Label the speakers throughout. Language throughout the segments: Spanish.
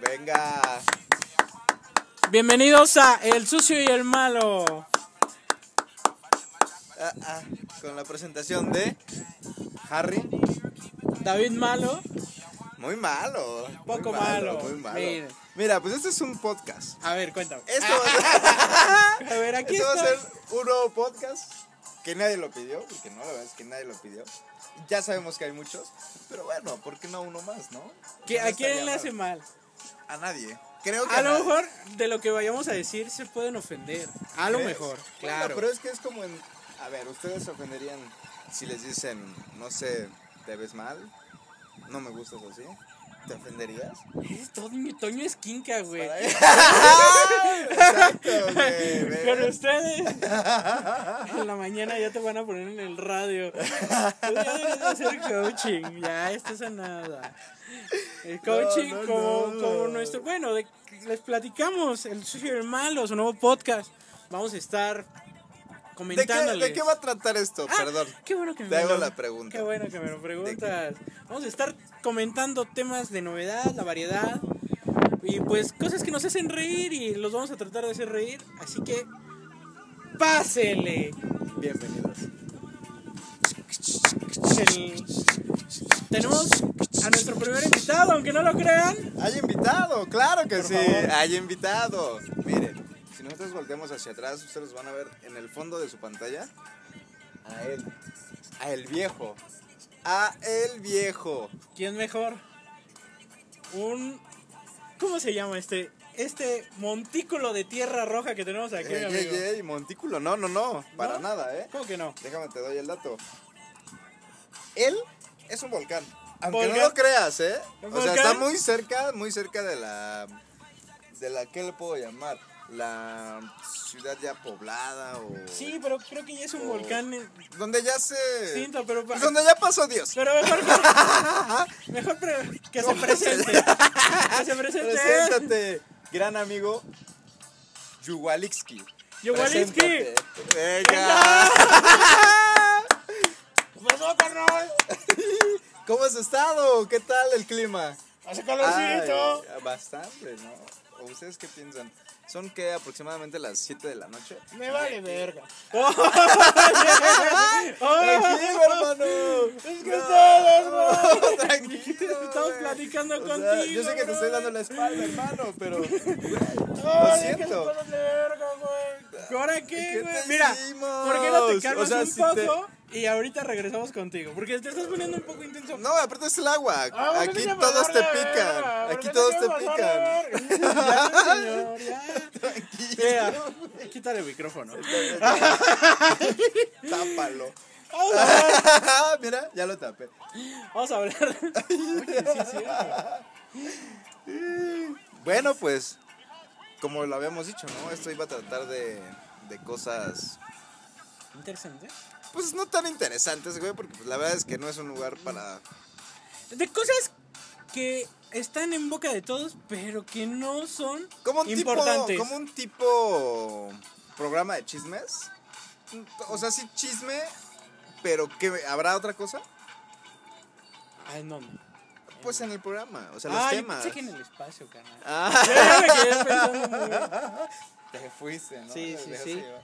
Speaker 1: Venga. ah,
Speaker 2: Bienvenidos a El Sucio y el Malo.
Speaker 1: Ah, ah, Con la presentación de Harry.
Speaker 2: David Malo.
Speaker 1: Muy malo. muy
Speaker 2: Poco malo.
Speaker 1: Muy malo.
Speaker 2: Mira.
Speaker 1: Mira, pues este es un podcast.
Speaker 2: A ver, cuéntame.
Speaker 1: Esto
Speaker 2: Ah,
Speaker 1: va a ser,
Speaker 2: a ver, aquí
Speaker 1: Eh, esto va a
Speaker 2: estoy.
Speaker 1: ser un nuevo podcast que nadie lo pidió, porque no, la verdad es que nadie lo pidió. Ya sabemos que hay muchos, pero bueno, ¿por qué no uno más, no?
Speaker 2: ¿Qué-
Speaker 1: No
Speaker 2: ¿A
Speaker 1: estaría
Speaker 2: quién le
Speaker 1: mal.
Speaker 2: hace mal?
Speaker 1: A nadie. Creo que
Speaker 2: A lo
Speaker 1: nadie.
Speaker 2: mejor de lo que vayamos a decir se pueden ofender. A lo
Speaker 1: ¿Crees?
Speaker 2: mejor,
Speaker 1: Bueno,
Speaker 2: claro.
Speaker 1: pero es que es como en. A ver, ustedes se ofenderían si les dicen, no sé, te ves mal, no me gustas así. ¿Te ofenderías?
Speaker 2: Es Toño, Toño es quinca, güey.
Speaker 1: Para- Exacto, güey, ¿ves?
Speaker 2: Con ustedes. En la mañana ya te van a poner en el radio. Tú ya debes de hacer coaching. Ya, esto es a nada. El coaching
Speaker 1: no,
Speaker 2: como,
Speaker 1: no.
Speaker 2: como nuestro... Bueno, de- les platicamos el sucio y el malo, su nuevo podcast. Vamos a estar
Speaker 1: ¿De qué,
Speaker 2: comentándoles.
Speaker 1: de qué va a tratar esto?
Speaker 2: Ah,
Speaker 1: Perdón.
Speaker 2: Qué bueno que me
Speaker 1: Te hago
Speaker 2: lo-
Speaker 1: la pregunta.
Speaker 2: Qué bueno que me lo preguntas. Vamos a estar comentando temas de novedad, la variedad y pues cosas que nos hacen reír y los vamos a tratar de hacer reír. Así que pásele.
Speaker 1: Bienvenidos.
Speaker 2: El- Tenemos a nuestro primer invitado, aunque no lo crean.
Speaker 1: Hay invitado, claro que
Speaker 2: Por
Speaker 1: sí.
Speaker 2: favor.
Speaker 1: Hay invitado. Miren, si nosotros volteamos hacia atrás, ustedes van a ver en el fondo de su pantalla a él, a el viejo, a el viejo.
Speaker 2: ¿Quién mejor? Un ¿Cómo se llama este? Este montículo de tierra roja que tenemos aquí,
Speaker 1: Ey,
Speaker 2: mi
Speaker 1: ey,
Speaker 2: amigo.
Speaker 1: ey, montículo, no, no, no, para
Speaker 2: ¿No?
Speaker 1: nada, ¿eh?
Speaker 2: ¿Cómo que no?
Speaker 1: Déjame te doy el dato. Él es un volcán. Aunque
Speaker 2: Volcán.
Speaker 1: no lo creas, ¿eh?
Speaker 2: ¿Un
Speaker 1: O sea,
Speaker 2: volcán?
Speaker 1: está muy cerca, muy cerca de la de la que le puedo llamar, la ciudad ya poblada o
Speaker 2: Sí, pero creo que ya es un
Speaker 1: O-
Speaker 2: volcán eh,
Speaker 1: donde ya se
Speaker 2: distinto, pero
Speaker 1: pues donde ya pasó Dios.
Speaker 2: Pero mejor, pre- mejor pre- que se presente. Que se presente.
Speaker 1: Preséntate, gran amigo Yuwalixki.
Speaker 2: Yuwalixki.
Speaker 1: Preséntate. Venga.
Speaker 2: ¿Qué pasó, Pues carnal?
Speaker 1: ¿Cómo has estado? ¿Qué tal el clima?
Speaker 2: Hace
Speaker 1: Ay, bastante, ¿no? ¿O ustedes qué piensan? ¿Son que aproximadamente las 7 de la noche?
Speaker 2: Me vale verga.
Speaker 1: ¡Tranquilo, hermano!
Speaker 2: Es que ustedes,
Speaker 1: No, ¡Tranquilo!
Speaker 2: Estamos
Speaker 1: güey.
Speaker 2: platicando
Speaker 1: O sea,
Speaker 2: contigo,
Speaker 1: Yo sé que te
Speaker 2: bro.
Speaker 1: estoy dando la espalda, hermano, pero...
Speaker 2: Ahora
Speaker 1: Lo siento.
Speaker 2: ¿Ahora
Speaker 1: ¿Qué
Speaker 2: qué, güey?
Speaker 1: te
Speaker 2: Mira,
Speaker 1: hicimos?
Speaker 2: ¿por qué no
Speaker 1: O
Speaker 2: te calmas
Speaker 1: sea,
Speaker 2: un
Speaker 1: si te-
Speaker 2: poco y ahorita regresamos contigo? Porque te estás poniendo un poco intenso.
Speaker 1: No, aparte es el agua.
Speaker 2: Ah, ¿por qué
Speaker 1: Aquí
Speaker 2: te
Speaker 1: todos
Speaker 2: llamas
Speaker 1: te
Speaker 2: la
Speaker 1: pican.
Speaker 2: verga? ¿Por
Speaker 1: Aquí
Speaker 2: qué
Speaker 1: todos te
Speaker 2: llamas la
Speaker 1: pican.
Speaker 2: verga? Ya, señor, ya. Mira,
Speaker 1: Tranquilo.
Speaker 2: Eh, quítale el micrófono.
Speaker 1: Tápalo.
Speaker 2: Vamos a hablar.
Speaker 1: Mira, ya lo tapé.
Speaker 2: Vamos a hablar. Oye, sí, es cierto.
Speaker 1: Bueno, pues, como lo habíamos dicho, ¿no? Esto iba a tratar de, de cosas,
Speaker 2: Interesante.
Speaker 1: pues, no tan interesantes, güey, porque pues, la verdad es que no es un lugar para...
Speaker 2: De cosas que están en boca de todos, pero que no son
Speaker 1: Como un
Speaker 2: importantes.
Speaker 1: tipo... Como un tipo programa de chismes. O sea, sí chisme, pero que ¿habrá otra cosa?
Speaker 2: Ay, no. no.
Speaker 1: Pues en el programa, o sea, los
Speaker 2: Ay, Ah, yo
Speaker 1: temas.
Speaker 2: pensé que en el espacio, carnal.
Speaker 1: Ah,
Speaker 2: Ya me quedé pensando en el-
Speaker 1: te fuiste, ¿no?
Speaker 2: Sí, sí,
Speaker 1: Dejaste
Speaker 2: sí.
Speaker 1: llevar.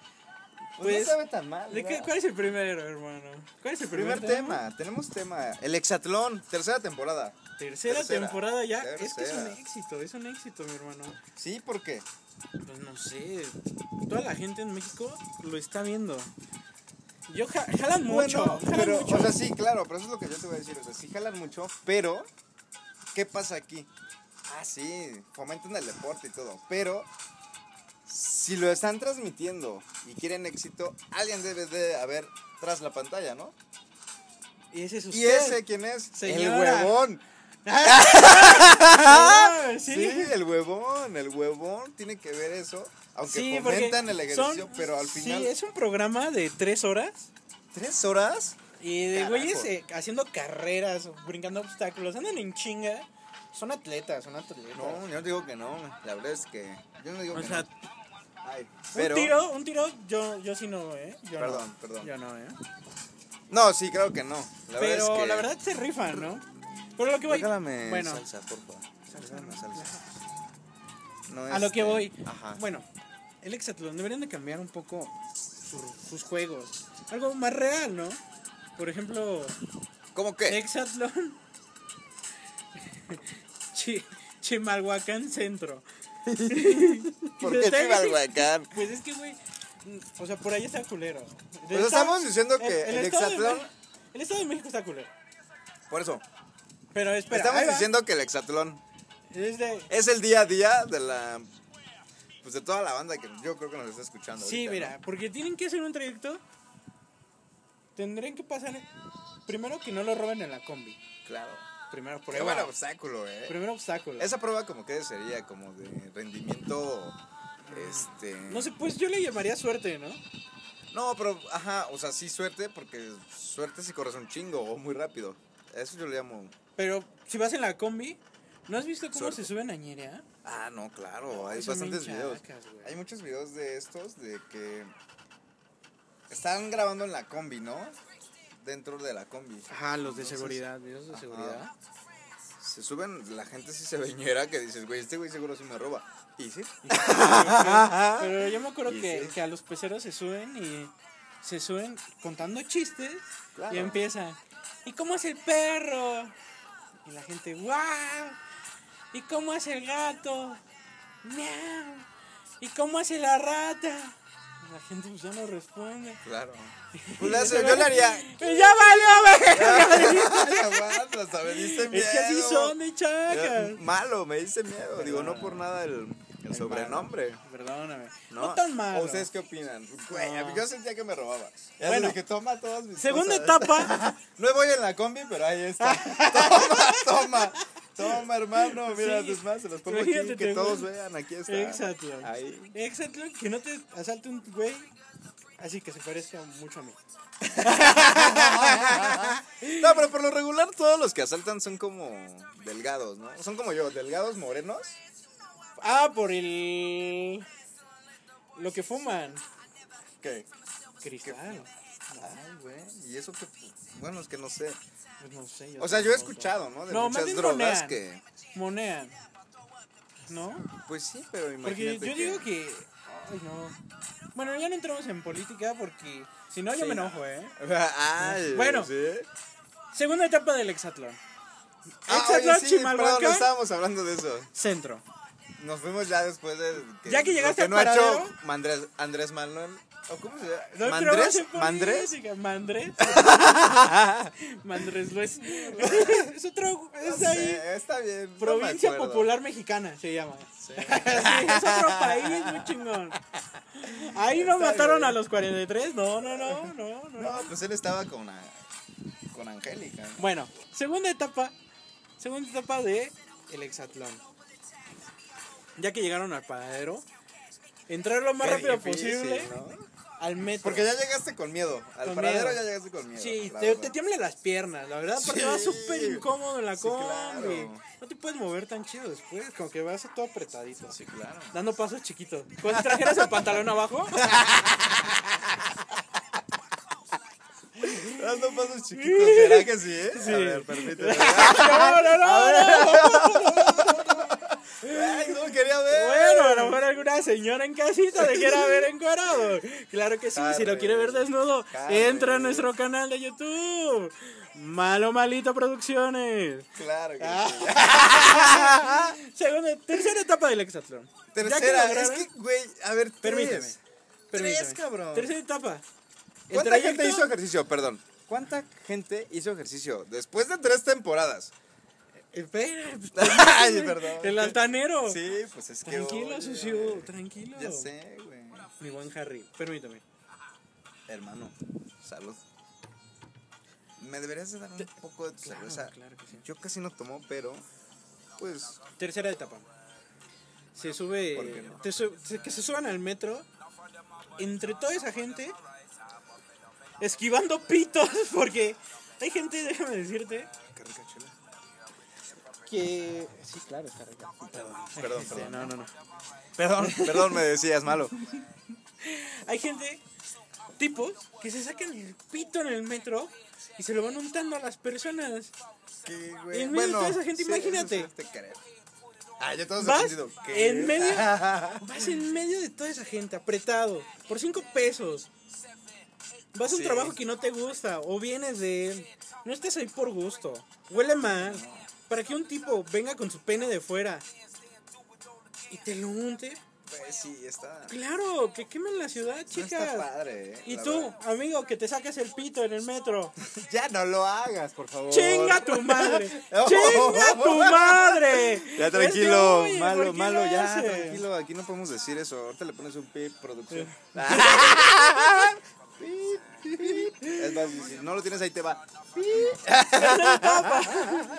Speaker 1: Pues,
Speaker 2: Pues,
Speaker 1: no sabe tan mal.
Speaker 2: ¿De qué-
Speaker 1: ¿verdad?
Speaker 2: ¿Cuál es el primero, hermano? ¿Cuál es el primer,
Speaker 1: Primer tema, tenemos tema. El hexatlón, tercera temporada.
Speaker 2: Tercera,
Speaker 1: Tercera.
Speaker 2: temporada ya. Es que es
Speaker 1: Tercera.
Speaker 2: un éxito, es un éxito, mi hermano.
Speaker 1: Sí, ¿por qué?
Speaker 2: Pues no sé, toda la gente en México lo está viendo. Yo ja- jalan mucho,
Speaker 1: Bueno,
Speaker 2: jalan
Speaker 1: pero,
Speaker 2: mucho.
Speaker 1: o sea, sí, claro, pero eso es lo que yo te voy a decir. O sea, sí jalan mucho, pero ¿qué pasa aquí? Ah, sí, fomentan el deporte y todo, pero si lo están transmitiendo y quieren éxito, alguien debe de haber tras la pantalla, ¿no?
Speaker 2: y ese es usted.
Speaker 1: ¿Y ese quién es?
Speaker 2: Señora.
Speaker 1: El huevón.
Speaker 2: Ah, sí.
Speaker 1: ¿Sí? el huevón, el huevón tiene que ver eso. Aunque
Speaker 2: Sí, porque
Speaker 1: fomentan el
Speaker 2: son-
Speaker 1: ejercicio, pero al final.
Speaker 2: Sí, es un programa de tres horas.
Speaker 1: ¿Tres horas?
Speaker 2: Y de
Speaker 1: Carajo.
Speaker 2: güeyes eh, haciendo carreras, brincando obstáculos, andan en chinga. Son atletas, son atletas.
Speaker 1: No, yo no digo que no. La verdad es que. Yo no digo
Speaker 2: o
Speaker 1: que
Speaker 2: sea,
Speaker 1: no. Ay, pero,
Speaker 2: un tiro, un tiro, yo, yo sí no, ¿eh? Yo
Speaker 1: Perdón,
Speaker 2: no.
Speaker 1: perdón.
Speaker 2: Yo no, ¿eh?
Speaker 1: No, sí, claro que no. La
Speaker 2: Pero
Speaker 1: verdad es que.
Speaker 2: la verdad se rifan, ¿no? Pero lo que voy...
Speaker 1: Regálame
Speaker 2: bueno,
Speaker 1: salsa, por favor. Salsa, una salsa. no
Speaker 2: A lo que
Speaker 1: este,
Speaker 2: voy.
Speaker 1: Ajá.
Speaker 2: Bueno, el hexatlón deberían de cambiar un poco su- sus juegos. Algo más real, ¿no? Por ejemplo,
Speaker 1: ¿Cómo
Speaker 2: eh,
Speaker 1: qué?
Speaker 2: hexatlón. Chi- Chimalhuacán Centro.
Speaker 1: ¿Por qué
Speaker 2: Está-
Speaker 1: Chimalhuacán?
Speaker 2: Pues es que, güey, mm, o sea, por ahí está culero.
Speaker 1: O sea, estamos diciendo que el
Speaker 2: Estado de
Speaker 1: hexatlón-
Speaker 2: Me- El Estado de México está culero.
Speaker 1: Por eso,
Speaker 2: Pero espera, ahí
Speaker 1: estamos
Speaker 2: va.
Speaker 1: diciendo que el hexatlón
Speaker 2: Es de-
Speaker 1: es el día a día de la. Pues de toda la banda que yo creo que nos está escuchando.
Speaker 2: Sí,
Speaker 1: ahorita,
Speaker 2: mira, porque tienen que hacer un trayecto. Tendrían que pasar. Primero que no lo roben en la combi.
Speaker 1: ¿no? Claro.
Speaker 2: Primero
Speaker 1: Qué
Speaker 2: prueba.
Speaker 1: buen obstáculo, eh.
Speaker 2: Primer obstáculo.
Speaker 1: Esa prueba, como que sería como de rendimiento. Este.
Speaker 2: No sé, pues yo le llamaría suerte, ¿no?
Speaker 1: No, pero, ajá, o sea, sí suerte, porque suerte si corres un chingo o muy rápido. Eso yo le llamo.
Speaker 2: Pero si vas en la combi, ¿no has visto cómo
Speaker 1: Suerte.
Speaker 2: se suben a ñerea?
Speaker 1: Ah, no, claro, hay
Speaker 2: son bien
Speaker 1: bastantes videos.
Speaker 2: chacas, güey.
Speaker 1: Hay muchos videos de estos de que están grabando en la combi, ¿no? Dentro de la combi.
Speaker 2: Ajá, los de
Speaker 1: Entonces,
Speaker 2: seguridad, videos de
Speaker 1: ajá.
Speaker 2: seguridad.
Speaker 1: Se suben, la gente sí se veñera que dices, güey, este güey seguro sí me roba. Y sí.
Speaker 2: Pero yo me acuerdo
Speaker 1: Y
Speaker 2: que,
Speaker 1: sí.
Speaker 2: que a los peceros se suben y se suben contando chistes
Speaker 1: Claro.
Speaker 2: y empiezan. ¿Y cómo es el perro? Y la gente, ¡guau! ¿Y cómo es el gato? ¡Miau! ¿Y cómo hace la rata? Y La gente pues, ya no responde.
Speaker 1: Claro. Pues le hace- yo le haría.
Speaker 2: ¡Y ¡Ya valió,
Speaker 1: Aguanta, hasta me diste
Speaker 2: güey! Es que así
Speaker 1: miedo.
Speaker 2: son de chacas.
Speaker 1: Yo- Malo, me dice miedo. Digo, no por nada el, el
Speaker 2: El
Speaker 1: sobrenombre.
Speaker 2: Perdóname. No, tan mal.
Speaker 1: ¿O ¿Ustedes qué opinan? Güey,
Speaker 2: No.
Speaker 1: yo sentía que me robaba. Ya
Speaker 2: Bueno.
Speaker 1: bueno, dije, toma todas mis
Speaker 2: Segunda
Speaker 1: cosas.
Speaker 2: etapa.
Speaker 1: No voy en la combi, pero ahí está. toma, toma. Toma, hermano. Mira,
Speaker 2: Sí.
Speaker 1: es más, se los pongo aquí,
Speaker 2: Imagínate,
Speaker 1: que
Speaker 2: te-
Speaker 1: todos vean. Aquí está.
Speaker 2: Exacto.
Speaker 1: Ahí.
Speaker 2: Exacto, que no te asalte un güey así que se parezca mucho a mí.
Speaker 1: No, pero por lo regular todos los que asaltan son como delgados, ¿no? Son como yo, delgados morenos.
Speaker 2: Ah, por el. Lo que fuman.
Speaker 1: ¿Qué?
Speaker 2: Cristal.
Speaker 1: Ay, güey. Y eso que... Bueno, es que no sé.
Speaker 2: Pues no sé.
Speaker 1: O sea, yo he
Speaker 2: tampoco.
Speaker 1: escuchado, ¿no? De
Speaker 2: No, más
Speaker 1: muchas
Speaker 2: bien
Speaker 1: drogas
Speaker 2: monean.
Speaker 1: que...
Speaker 2: Monean. ¿No?
Speaker 1: Pues sí, pero imagínate
Speaker 2: Porque yo
Speaker 1: que-
Speaker 2: digo que. Ay, no. Bueno, ya no entramos en política porque si no, yo
Speaker 1: Sí,
Speaker 2: me
Speaker 1: no.
Speaker 2: enojo, ¿eh?
Speaker 1: Ay,
Speaker 2: Bueno.
Speaker 1: ¿sí?
Speaker 2: Segunda etapa del Hexatlón.
Speaker 1: Ah,
Speaker 2: Hexatlón,
Speaker 1: oye, sí, perdón,
Speaker 2: Chimalhuacán,
Speaker 1: no estábamos hablando de eso.
Speaker 2: centro.
Speaker 1: Nos fuimos ya después de.
Speaker 2: Ya que
Speaker 1: lo
Speaker 2: llegaste al
Speaker 1: no ha hecho
Speaker 2: paradero.
Speaker 1: Andrés, Andrés Manuel. ¿O cómo se llama?
Speaker 2: No
Speaker 1: ¿Mandrés?
Speaker 2: entramos en
Speaker 1: ¿Mandrés?
Speaker 2: política, Mandrés. Mandrés Luis. es otro. Es
Speaker 1: No
Speaker 2: ahí.
Speaker 1: sé, está bien. no
Speaker 2: Provincia
Speaker 1: me acuerdo.
Speaker 2: Popular Mexicana se llama.
Speaker 1: Sí.
Speaker 2: Sí, es otro país muy chingón. Ahí no
Speaker 1: Está
Speaker 2: mataron
Speaker 1: bien.
Speaker 2: a los 43. No, no, no, no, no.
Speaker 1: No, pues él estaba con, a- con Angélica.
Speaker 2: Bueno, segunda etapa. Segunda etapa de el hexatlón. Ya que llegaron al paradero, entrar lo más
Speaker 1: Qué
Speaker 2: rápido
Speaker 1: difícil,
Speaker 2: posible
Speaker 1: ¿no?
Speaker 2: al metro.
Speaker 1: Porque ya llegaste con miedo. Al
Speaker 2: Con
Speaker 1: paradero
Speaker 2: miedo.
Speaker 1: ya llegaste con miedo.
Speaker 2: Sí,
Speaker 1: la
Speaker 2: te,
Speaker 1: verdad.
Speaker 2: te tiemblan las piernas, la verdad, porque
Speaker 1: Sí.
Speaker 2: vas súper incómodo en la
Speaker 1: Sí,
Speaker 2: combi.
Speaker 1: claro.
Speaker 2: No te puedes mover tan chido después, como que vas todo apretadito.
Speaker 1: Sí, claro.
Speaker 2: Dando pasos chiquitos. Cuando trajeras el pantalón abajo, Ah,
Speaker 1: Dando pasos chiquitos, ¿será que sí, eh?
Speaker 2: Sí.
Speaker 1: A ver, permíteme.
Speaker 2: no, no, no, no.
Speaker 1: Ay, no quería ver.
Speaker 2: Bueno, a lo mejor alguna señora en casita le quiera ver encuadrado. Claro que sí, si lo
Speaker 1: Arre.
Speaker 2: quiere ver desnudo,
Speaker 1: Arre.
Speaker 2: entra a nuestro canal de YouTube. Malo Malito Producciones.
Speaker 1: Claro que
Speaker 2: Ah.
Speaker 1: sí.
Speaker 2: Segunda, tercera etapa del hexatlón. Ya que
Speaker 1: Tercera, es
Speaker 2: lograron-
Speaker 1: que, güey, a ver, tres.
Speaker 2: Permíteme. permíteme.
Speaker 1: Tres, cabrón.
Speaker 2: Tercera etapa. El
Speaker 1: ¿Cuánta
Speaker 2: trayecto-
Speaker 1: gente hizo ejercicio? Perdón. ¿Cuánta gente hizo ejercicio después de tres temporadas?
Speaker 2: Espera, pues,
Speaker 1: Ay, perdón.
Speaker 2: El altanero.
Speaker 1: Sí, pues es que.
Speaker 2: Oh. Tranquilo,
Speaker 1: oye,
Speaker 2: sucio, tranquilo.
Speaker 1: Ya sé, güey.
Speaker 2: Mi buen Harry, permítame.
Speaker 1: Hermano, salud. Me deberías de dar un poco de tu
Speaker 2: Claro,
Speaker 1: cerveza.
Speaker 2: claro que sí.
Speaker 1: Yo casi no tomo, pero. Pues.
Speaker 2: Tercera etapa. Se sube.
Speaker 1: ¿Por qué no?
Speaker 2: te sub- se- que se suban al metro. Entre toda esa gente. Esquivando pitos. Porque hay gente, déjame decirte.
Speaker 1: Qué rica chela.
Speaker 2: Que. Sí, claro, está rica.
Speaker 1: Perdón,
Speaker 2: Sí,
Speaker 1: perdón.
Speaker 2: no, no, no.
Speaker 1: Perdón, perdón, me decías malo.
Speaker 2: Hay gente. Tipos que se sacan el pito en el metro. Y se lo van untando a las personas.
Speaker 1: Qué,
Speaker 2: En medio de toda esa gente,
Speaker 1: sí, eso sí
Speaker 2: imagínate.
Speaker 1: Te creo. Ah, yo todo
Speaker 2: Vas
Speaker 1: sorprendido. ¿Qué?
Speaker 2: en medio, vas en medio de toda esa gente, apretado, por cinco pesos. Vas a un
Speaker 1: Sí.
Speaker 2: trabajo que no te gusta o vienes de él. No estés ahí por gusto. Huele mal. Para que un tipo venga con su pene de fuera y te lo unte.
Speaker 1: Pues sí, está.
Speaker 2: Claro, que quemen la ciudad,
Speaker 1: No
Speaker 2: chicas.
Speaker 1: está padre, eh,
Speaker 2: y
Speaker 1: la
Speaker 2: tú,
Speaker 1: verdad.
Speaker 2: amigo, que te sacas el pito en el metro.
Speaker 1: Ya no lo hagas, por favor.
Speaker 2: ¡Chinga tu madre!
Speaker 1: Oh.
Speaker 2: ¡Chinga tu madre!
Speaker 1: Ya
Speaker 2: Es que,
Speaker 1: tranquilo,
Speaker 2: oye, ¿por
Speaker 1: malo,
Speaker 2: qué
Speaker 1: malo,
Speaker 2: lo
Speaker 1: ya
Speaker 2: haces?
Speaker 1: tranquilo, aquí no podemos decir eso. Ahorita le pones un pip producción. Pip, pip. es más, si no lo tienes ahí te va.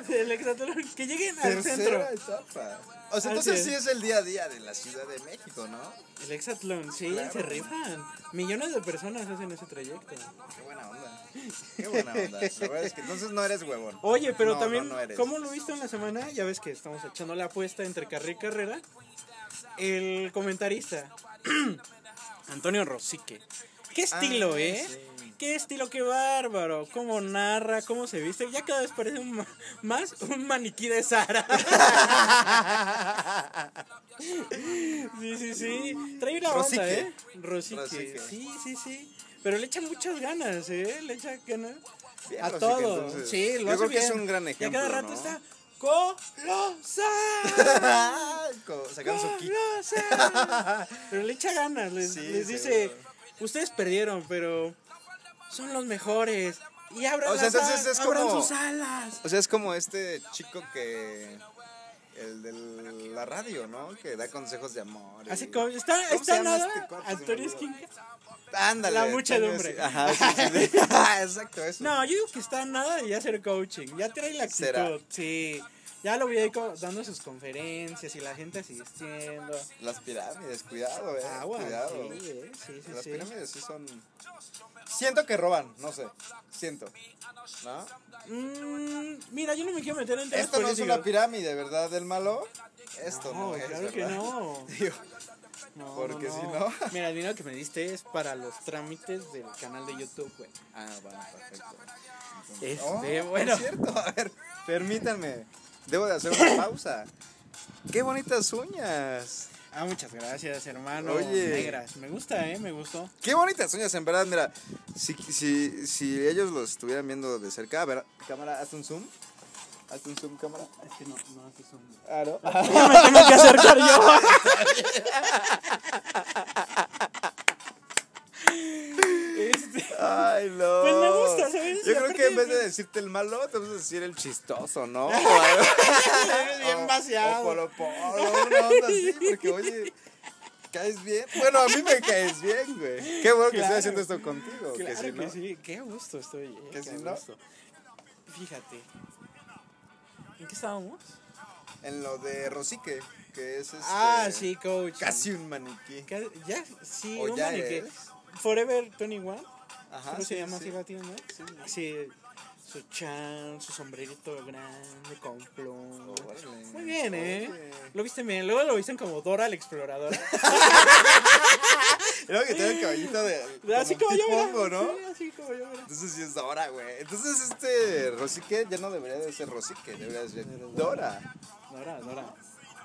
Speaker 2: El exatlón, que lleguen al
Speaker 1: Tercera
Speaker 2: centro.
Speaker 1: etapa. O sea,
Speaker 2: Al
Speaker 1: entonces sí
Speaker 2: centro.
Speaker 1: es el día a día de la Ciudad de México, ¿no?
Speaker 2: El exatlón, sí,
Speaker 1: Claro.
Speaker 2: se rifan. Millones de personas hacen ese trayecto.
Speaker 1: Qué buena onda. Qué buena onda. La verdad es que entonces no eres huevón.
Speaker 2: Oye, pero
Speaker 1: No,
Speaker 2: también,
Speaker 1: no, no eres.
Speaker 2: ¿cómo lo viste en la semana? Ya ves que estamos echando la apuesta entre carrera y carrera. El comentarista, Antonio Rosique. Qué estilo,
Speaker 1: Ah,
Speaker 2: ¿eh?
Speaker 1: sí.
Speaker 2: Qué estilo, qué bárbaro. Cómo narra, cómo se viste. Ya cada vez parece un ma- más un maniquí de Sara. Sí, sí, sí. Trae una onda,
Speaker 1: Rosique.
Speaker 2: ¿eh? Rosique.
Speaker 1: Rosique.
Speaker 2: Sí, sí, sí. Pero le echa muchas ganas, ¿eh? Le echa ganas.
Speaker 1: Bien,
Speaker 2: a
Speaker 1: Rosique,
Speaker 2: todo.
Speaker 1: entonces.
Speaker 2: Sí, lo
Speaker 1: Yo
Speaker 2: hace
Speaker 1: creo que es
Speaker 2: bien.
Speaker 1: un gran
Speaker 2: Y a cada
Speaker 1: ejemplo,
Speaker 2: rato
Speaker 1: ¿no?
Speaker 2: está colosal.
Speaker 1: Co- Sacando su
Speaker 2: Ah,
Speaker 1: kit.
Speaker 2: colosal. Pero le echa ganas. Les,
Speaker 1: Sí,
Speaker 2: les dice,
Speaker 1: seguro.
Speaker 2: ustedes perdieron, pero son los mejores. Y abran,
Speaker 1: O sea,
Speaker 2: las
Speaker 1: entonces
Speaker 2: a-
Speaker 1: es
Speaker 2: abran
Speaker 1: como-
Speaker 2: sus alas.
Speaker 1: O sea, es como este chico que. El de la radio, ¿no? Que da consejos de amor. y-
Speaker 2: Así como, está,
Speaker 1: ¿Cómo se
Speaker 2: está
Speaker 1: llama
Speaker 2: nada.
Speaker 1: este cuate? Se me
Speaker 2: Antonio
Speaker 1: olvidó.
Speaker 2: Esquinca.
Speaker 1: Ándale.
Speaker 2: La
Speaker 1: Toño,
Speaker 2: muchedumbre.
Speaker 1: sí. Ajá, sí, sí, sí. Ajá, Exacto, eso.
Speaker 2: No, yo digo que está nada de ya hacer coaching. Ya trae la actitud.
Speaker 1: ¿Será?
Speaker 2: Sí. Ya lo vi ahí co- dando sus conferencias y la gente asistiendo.
Speaker 1: Las pirámides, cuidado, eh.
Speaker 2: Agua.
Speaker 1: cuidado.
Speaker 2: Ah, Sí, eh, sí, sí.
Speaker 1: Las
Speaker 2: sí.
Speaker 1: pirámides sí son. Siento que roban, no sé. Siento. ¿No?
Speaker 2: Mm, mira, yo no me quiero meter en temas
Speaker 1: Esto no es una
Speaker 2: políticos.
Speaker 1: pirámide, ¿verdad? Del malo. Esto no,
Speaker 2: No,
Speaker 1: es.
Speaker 2: claro que
Speaker 1: ¿verdad?
Speaker 2: no.
Speaker 1: Digo,
Speaker 2: No,
Speaker 1: Porque si no-
Speaker 2: Mira, el dinero que me diste es para los trámites del canal de YouTube, güey.
Speaker 1: Ah, bueno, perfecto.
Speaker 2: Este,
Speaker 1: Oh,
Speaker 2: bueno.
Speaker 1: Es cierto, a ver, permítanme. Debo de hacer una pausa. ¡Qué bonitas uñas!
Speaker 2: Ah, muchas gracias, hermano.
Speaker 1: Oye.
Speaker 2: Negras. Me gusta, ¿eh? Me gustó.
Speaker 1: ¡Qué bonitas uñas! En verdad, mira, si, si, si ellos los estuvieran viendo de cerca, a ver, cámara, haz un zoom. Haz un zoom, cámara.
Speaker 2: Es que no, no, que son...
Speaker 1: Ah, no.
Speaker 2: Ya me tengo que acercar yo. Este,
Speaker 1: Ay, no.
Speaker 2: Pues me gusta, ¿sabes?
Speaker 1: Yo
Speaker 2: Y
Speaker 1: creo
Speaker 2: aparte
Speaker 1: que en vez
Speaker 2: de-
Speaker 1: de decirte el malo, te vas a decir el chistoso, ¿no? O algo.
Speaker 2: eres bien
Speaker 1: Oh,
Speaker 2: vaciado.
Speaker 1: O polo polo, una onda así, porque oye, caes bien. Bueno, a mí me caes bien, güey. Qué bueno que
Speaker 2: Claro.
Speaker 1: estoy haciendo esto contigo.
Speaker 2: claro
Speaker 1: que si no.
Speaker 2: sí, qué a gusto estoy. eh,
Speaker 1: Que
Speaker 2: qué
Speaker 1: si
Speaker 2: a
Speaker 1: no.
Speaker 2: gusto. Fíjate. ¿En qué estábamos?
Speaker 1: Este, En lo de Rosique, que es este,
Speaker 2: Ah, sí, coach.
Speaker 1: casi un maniquí.
Speaker 2: Ca- Ya, sí,
Speaker 1: O
Speaker 2: un
Speaker 1: ya
Speaker 2: maniquí.
Speaker 1: es.
Speaker 2: Forever 21.
Speaker 1: Ajá,
Speaker 2: ¿Cómo
Speaker 1: sí,
Speaker 2: se llama
Speaker 1: sí.
Speaker 2: así la tienda? Así, su chan, su sombrerito grande con plomo.
Speaker 1: Órale.
Speaker 2: Muy bien, ¿eh?
Speaker 1: Oye.
Speaker 2: Lo viste bien. Luego lo visten como Dora la exploradora.
Speaker 1: Y luego que tiene el cabellito de.
Speaker 2: así
Speaker 1: como
Speaker 2: como
Speaker 1: un
Speaker 2: yo, mira.
Speaker 1: pipongo, ¿no?
Speaker 2: Sí, así como yo, mira.
Speaker 1: Entonces sí es Dora, güey. Entonces este Rosique ya no debería de ser Rosique, debería de ser Dora.
Speaker 2: Dora, Dora.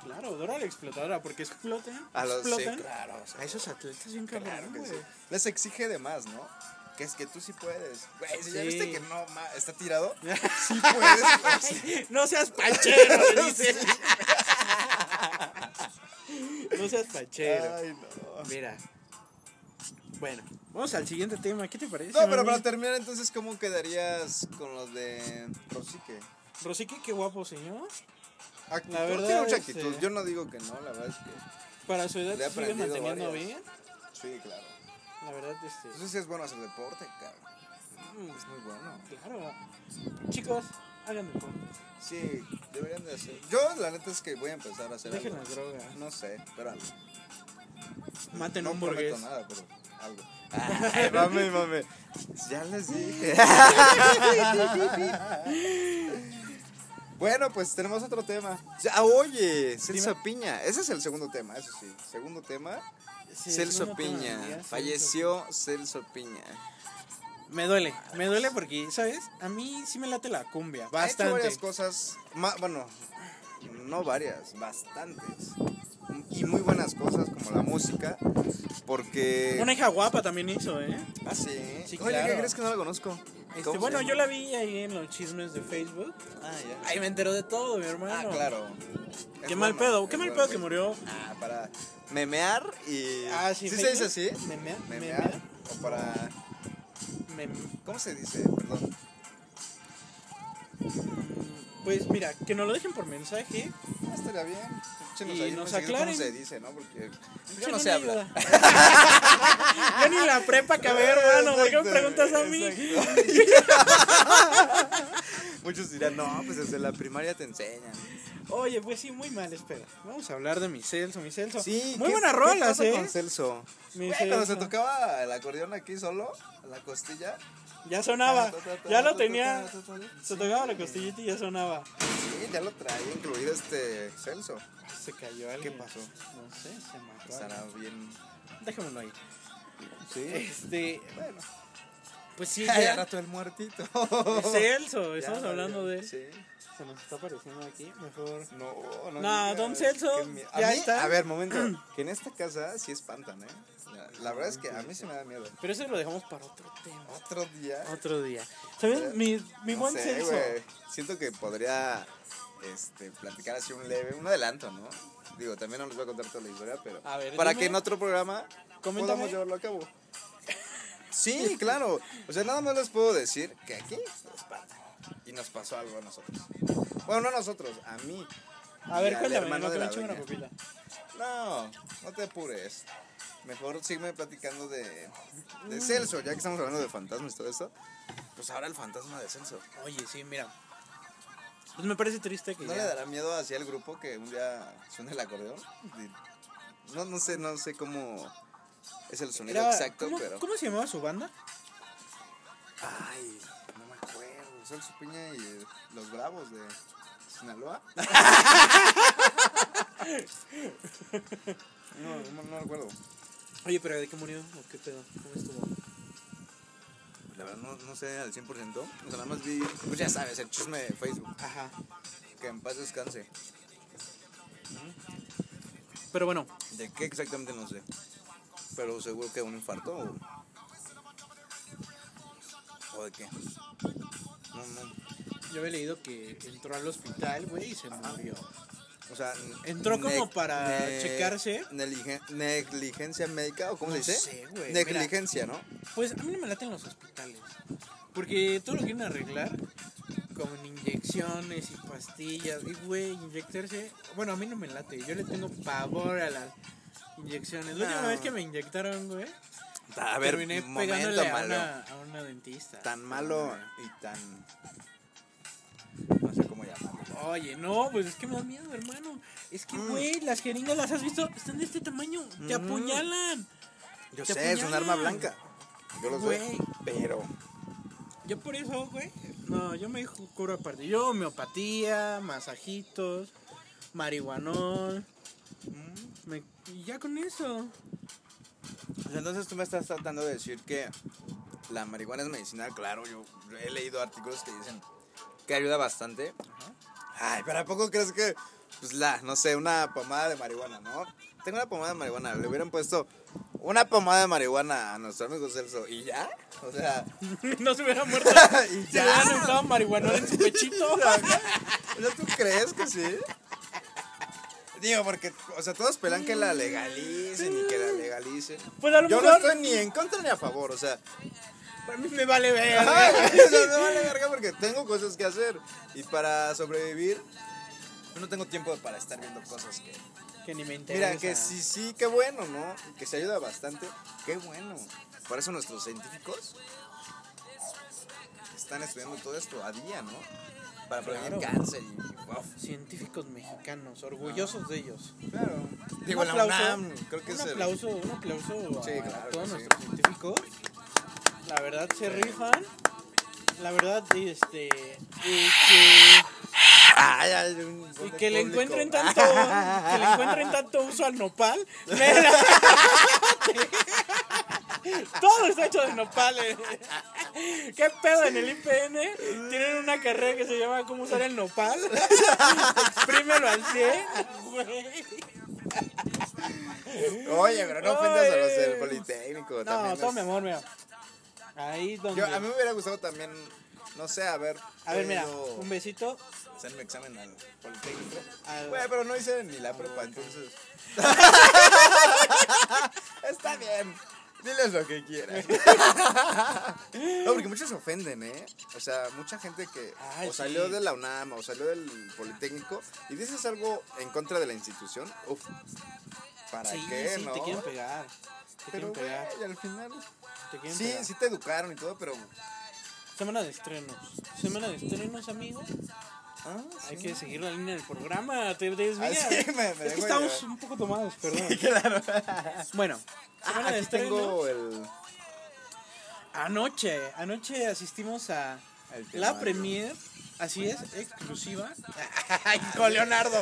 Speaker 2: Claro, Dora la explotadora, porque explotan.
Speaker 1: A los- sí,
Speaker 2: explotan
Speaker 1: claro, o sea,
Speaker 2: A esos atletas bien
Speaker 1: Claro
Speaker 2: cabrón,
Speaker 1: que
Speaker 2: güey.
Speaker 1: sí. Les exige de más, ¿no? Que es que tú sí puedes. Güey, si ya
Speaker 2: Sí.
Speaker 1: viste que no ma, está tirado, sí puedes. güey.
Speaker 2: No seas pachero, le dice. no seas pachero.
Speaker 1: Ay, no.
Speaker 2: Mira. Bueno, vamos al siguiente tema. ¿Qué te parece?
Speaker 1: No, pero
Speaker 2: mami?
Speaker 1: para terminar, entonces, ¿cómo quedarías con los de Rosique?
Speaker 2: Rosique, qué guapo, señor.
Speaker 1: Actitud,
Speaker 2: La verdad,
Speaker 1: tiene mucha
Speaker 2: este-
Speaker 1: actitud. Yo no digo que no, la verdad es que
Speaker 2: Para su edad
Speaker 1: Le he
Speaker 2: sigue
Speaker 1: aprendido
Speaker 2: manteniendo
Speaker 1: varias.
Speaker 2: bien.
Speaker 1: sí, claro.
Speaker 2: La verdad, este.
Speaker 1: Entonces sí es bueno hacer deporte, cabrón.
Speaker 2: mm,
Speaker 1: Es muy bueno.
Speaker 2: Claro. Chicos, hagan deporte.
Speaker 1: Sí, deberían de hacer. Yo, la neta es que voy a empezar a hacer
Speaker 2: Dejen
Speaker 1: algo.
Speaker 2: las drogas.
Speaker 1: No sé, pero algo.
Speaker 2: Maten
Speaker 1: No
Speaker 2: un
Speaker 1: prometo
Speaker 2: burgués.
Speaker 1: nada, pero algo.
Speaker 2: Ah,
Speaker 1: Ay, mame, mame. Ya les dije. bueno, pues tenemos otro tema. Ya, oye, Celso
Speaker 2: Dime.
Speaker 1: Piña. Ese es el segundo tema, eso sí. Segundo tema.
Speaker 2: Sí, es
Speaker 1: Celso
Speaker 2: una pena, ya,
Speaker 1: Piña.
Speaker 2: Celso.
Speaker 1: Falleció Celso Piña.
Speaker 2: Me duele, me duele porque, ¿sabes? A mí sí me late la cumbia.
Speaker 1: Ha hecho
Speaker 2: Bastante.
Speaker 1: varias cosas. ma- bueno, no varias, bastantes. Y muy buenas cosas como la música, porque...
Speaker 2: Una hija guapa también hizo, ¿eh?
Speaker 1: Ah, sí.
Speaker 2: Sí,
Speaker 1: Oye,
Speaker 2: claro.
Speaker 1: ¿qué crees que no la conozco?
Speaker 2: Este,
Speaker 1: ¿Cómo se
Speaker 2: bueno,
Speaker 1: llama?
Speaker 2: yo la vi ahí en los chismes de Facebook.
Speaker 1: Ah, ya.
Speaker 2: Ahí me enteró de todo, mi hermano.
Speaker 1: Ah, claro. Es
Speaker 2: Qué mal
Speaker 1: bueno,
Speaker 2: pedo,
Speaker 1: es
Speaker 2: qué mal
Speaker 1: bueno,
Speaker 2: pedo que
Speaker 1: güey.
Speaker 2: murió.
Speaker 1: Ah, para memear y...
Speaker 2: Ah, sí,
Speaker 1: se
Speaker 2: Facebook.
Speaker 1: dice así?
Speaker 2: Memea-
Speaker 1: Memear. O para...
Speaker 2: Mem-
Speaker 1: ¿Cómo se dice? Perdón.
Speaker 2: Pues mira, que nos lo dejen por mensaje.
Speaker 1: No estaría bien. Échenos
Speaker 2: Y
Speaker 1: ahí
Speaker 2: nos
Speaker 1: mensaje,
Speaker 2: aclaren.
Speaker 1: pues, ¿Cómo se dice, no? Porque yo
Speaker 2: Échenle
Speaker 1: no sé
Speaker 2: una
Speaker 1: hablar.
Speaker 2: ayuda. Yo ni la prepa acabé, hermano. ¿Por qué me
Speaker 1: Exacto,
Speaker 2: preguntas a mí?
Speaker 1: exacto. Muchos dirán, no, pues desde la primaria te enseñan.
Speaker 2: Oye, pues sí, muy mal, espera. Vamos a hablar de mi Celso, mi Celso.
Speaker 1: Sí,
Speaker 2: muy
Speaker 1: ¿qué-
Speaker 2: buenas
Speaker 1: qué
Speaker 2: rolas,
Speaker 1: pasa
Speaker 2: ¿eh?
Speaker 1: con Celso.
Speaker 2: Mi
Speaker 1: Güey, cuando
Speaker 2: Celso.
Speaker 1: se tocaba el acordeón aquí solo, a la costilla.
Speaker 2: Ya sonaba,
Speaker 1: ta, ta, ta,
Speaker 2: ya lo
Speaker 1: ta,
Speaker 2: tenía.
Speaker 1: ta, ta, ta.
Speaker 2: Se tocaba la costillita y ya sonaba.
Speaker 1: Sí, ya lo traía incluido este Celso.
Speaker 2: Se cayó
Speaker 1: ¿Qué
Speaker 2: alguien.
Speaker 1: pasó?
Speaker 2: No sé, se mató.
Speaker 1: Estará
Speaker 2: alguien.
Speaker 1: bien.
Speaker 2: Dejémoslo ahí.
Speaker 1: Sí.
Speaker 2: Este,
Speaker 1: Bueno,
Speaker 2: pues sí,
Speaker 1: ya
Speaker 2: ya.
Speaker 1: rato el muertito.
Speaker 2: Celso,
Speaker 1: Ya
Speaker 2: estamos
Speaker 1: valió.
Speaker 2: hablando de.
Speaker 1: Sí.
Speaker 2: Se nos está apareciendo aquí, mejor.
Speaker 1: No, no.
Speaker 2: No,
Speaker 1: digas,
Speaker 2: don Celso,
Speaker 1: qué mie- A
Speaker 2: ya
Speaker 1: mí-
Speaker 2: está.
Speaker 1: A ver, momento. que en esta casa sí espantan, ¿eh? La, la verdad es que a mí se me da miedo.
Speaker 2: Pero eso lo dejamos para otro tema.
Speaker 1: Otro día.
Speaker 2: Otro día. ¿Sabes? Mi, mi
Speaker 1: no
Speaker 2: buen
Speaker 1: sé,
Speaker 2: Celso.
Speaker 1: güey, Siento que podría este, platicar así un leve, un adelanto, ¿no? Digo, también no les voy a contar toda la historia, pero.
Speaker 2: A ver,
Speaker 1: para
Speaker 2: dime.
Speaker 1: que en otro programa
Speaker 2: Coméntame.
Speaker 1: podamos llevarlo a cabo. Sí, claro. O sea, nada más les puedo decir que aquí nos pasa. Y nos pasó algo a nosotros. Bueno, no a nosotros, a mí.
Speaker 2: A
Speaker 1: y
Speaker 2: ver,
Speaker 1: al
Speaker 2: cuéntame,
Speaker 1: hermano
Speaker 2: no
Speaker 1: de
Speaker 2: que me
Speaker 1: la
Speaker 2: eche una
Speaker 1: dueña.
Speaker 2: pupila.
Speaker 1: No, no te apures. Mejor sígueme platicando de, de Celso, ya que estamos hablando de fantasmas y todo eso. Pues ahora el fantasma de Celso.
Speaker 2: Oye, sí, mira. Pues me parece triste que
Speaker 1: ¿No
Speaker 2: ya-
Speaker 1: le dará miedo hacia el grupo que un día suene el acordeón? Di- No, no sé, no sé cómo es el sonido
Speaker 2: Era-
Speaker 1: exacto,
Speaker 2: ¿cómo,
Speaker 1: pero.
Speaker 2: ¿Cómo se llamaba su banda?
Speaker 1: Ay, no me acuerdo. Celso Piña y eh, los Bravos de Sinaloa. no, no, no recuerdo.
Speaker 2: Oye, pero ¿de qué murió? ¿O qué pedo? ¿Cómo estuvo?
Speaker 1: La verdad no, no sé al 100%. O sea, nada más vi, pues ya sabes, el chisme de Facebook.
Speaker 2: Ajá.
Speaker 1: Que en paz descanse.
Speaker 2: Pero bueno,
Speaker 1: ¿De qué exactamente no sé? Pero seguro que un infarto o... ¿O de qué? No, no.
Speaker 2: yo había leído que entró al hospital, güey, y se murió.
Speaker 1: O sea,
Speaker 2: Entró como
Speaker 1: neg-
Speaker 2: para checarse.
Speaker 1: negligen- negligencia médica o cómo
Speaker 2: No
Speaker 1: se dice?
Speaker 2: sé, güey,
Speaker 1: Negligencia,
Speaker 2: Pues a mí no me laten los hospitales. Porque todo lo quieren arreglar con inyecciones y pastillas. Y, güey, inyectarse. Bueno, a mí no me late. Yo le tengo pavor a las inyecciones. La última
Speaker 1: No.
Speaker 2: vez que me inyectaron, güey,
Speaker 1: ¿no? A ver,
Speaker 2: terminé
Speaker 1: momento
Speaker 2: pegándole a
Speaker 1: malo.
Speaker 2: una, a una dentista.
Speaker 1: Tan malo y tan... No sé cómo llamarlo.
Speaker 2: Oye, no, pues es que me da miedo, hermano. Es que,
Speaker 1: Mm.
Speaker 2: güey, las jeringas las has visto. Están de este tamaño. Te
Speaker 1: Mm.
Speaker 2: apuñalan.
Speaker 1: Yo
Speaker 2: Te
Speaker 1: sé, es un arma
Speaker 2: apuñalan.
Speaker 1: blanca. Yo lo
Speaker 2: Güey.
Speaker 1: sé. Pero...
Speaker 2: Yo por eso, güey. No, yo me ju- curo aparte. Yo homeopatía, masajitos, marihuanol. me- y ya con eso.
Speaker 1: O sea, Pues Entonces tú me estás tratando de decir que la marihuana es medicinal, claro, yo he leído artículos que dicen que ayuda bastante. Ay, pero ¿a poco crees que, pues la, no sé, una pomada de marihuana, ¿no? Tengo una pomada de marihuana, le hubieran puesto una pomada de marihuana a nuestro amigo Celso y ya, o sea,
Speaker 2: no se hubiera muerto.
Speaker 1: y
Speaker 2: Se
Speaker 1: ya.
Speaker 2: hubieran usado marihuanol en su pechito.
Speaker 1: O sea, ¿tú crees que sí? Digo, porque, o sea, todos pelan que la legalicen y que la legalicen.
Speaker 2: Pues a lo
Speaker 1: Yo no
Speaker 2: mejor-
Speaker 1: estoy ni en contra ni a favor, o sea,
Speaker 2: Para mí me vale
Speaker 1: Ajá,
Speaker 2: ver.
Speaker 1: o sea, me vale verga porque tengo cosas que hacer. Y para sobrevivir, yo no tengo tiempo para estar viendo cosas que.
Speaker 2: Que ni me interesa.
Speaker 1: Mira, que sí, sí, qué bueno, ¿no? Que se ayuda bastante. Qué bueno. Por eso nuestros científicos están estudiando todo esto a día, ¿no? Para prevenir
Speaker 2: Claro.
Speaker 1: cáncer y. wow.
Speaker 2: Científicos mexicanos, orgullosos de ellos.
Speaker 1: Claro.
Speaker 2: Un
Speaker 1: Digo, la
Speaker 2: aplauso,
Speaker 1: UNAM, creo que
Speaker 2: un
Speaker 1: es el-
Speaker 2: aplauso, un aplauso a,
Speaker 1: Sí, claro
Speaker 2: a
Speaker 1: que
Speaker 2: todos
Speaker 1: sí.
Speaker 2: nuestros científicos. La verdad se rifan. La verdad, este. Y que,
Speaker 1: Ay, ay, un
Speaker 2: y
Speaker 1: buen de
Speaker 2: que le
Speaker 1: público.
Speaker 2: encuentren tanto. que le encuentren tanto uso al nopal. Todo está hecho de nopales. eh. ¿Qué pedo en el IPN? Tienen una carrera que se llama ¿Cómo usar el nopal? Exprímelo al 100, güey.
Speaker 1: Oye, pero no ofendas a los del
Speaker 2: Ay.
Speaker 1: Politécnico.
Speaker 2: No,
Speaker 1: también
Speaker 2: todo
Speaker 1: es-
Speaker 2: mi amor, mira. Ahí donde...
Speaker 1: Yo, a mí me hubiera gustado también, no sé, a ver.
Speaker 2: a ver, mira,
Speaker 1: podido
Speaker 2: un besito.
Speaker 1: Hacer mi examen al Politécnico.
Speaker 2: Al-
Speaker 1: Güey, pero no hice ni la prepa, entonces. Está bien. Diles lo que quieran. No, porque muchos se ofenden, ¿eh? O sea, mucha gente que
Speaker 2: Ay,
Speaker 1: o salió
Speaker 2: sí.
Speaker 1: de la UNAM o salió del Politécnico y dices algo en contra de la institución, uf, ¿para
Speaker 2: Sí,
Speaker 1: qué,
Speaker 2: sí,
Speaker 1: no?
Speaker 2: te quieren pegar. Te
Speaker 1: pero,
Speaker 2: quieren pegar.
Speaker 1: güey, al final...
Speaker 2: Te quieren
Speaker 1: Sí,
Speaker 2: pegar.
Speaker 1: sí te educaron y todo, pero...
Speaker 2: Semana de estrenos. Semana de estrenos, amigos.
Speaker 1: Ah,
Speaker 2: Hay
Speaker 1: sí.
Speaker 2: que seguir la línea del programa. Te desvías.
Speaker 1: Ah, sí, me- me
Speaker 2: es que
Speaker 1: dejo
Speaker 2: estamos
Speaker 1: llevar.
Speaker 2: un poco tomados, perdón.
Speaker 1: Claro.
Speaker 2: Bueno, semana
Speaker 1: Ah,
Speaker 2: de
Speaker 1: aquí
Speaker 2: estrenos.
Speaker 1: tengo el...
Speaker 2: Anoche, anoche asistimos a
Speaker 1: el
Speaker 2: la
Speaker 1: temario.
Speaker 2: premier. Así es, exclusiva. Ay, Con Leonardo.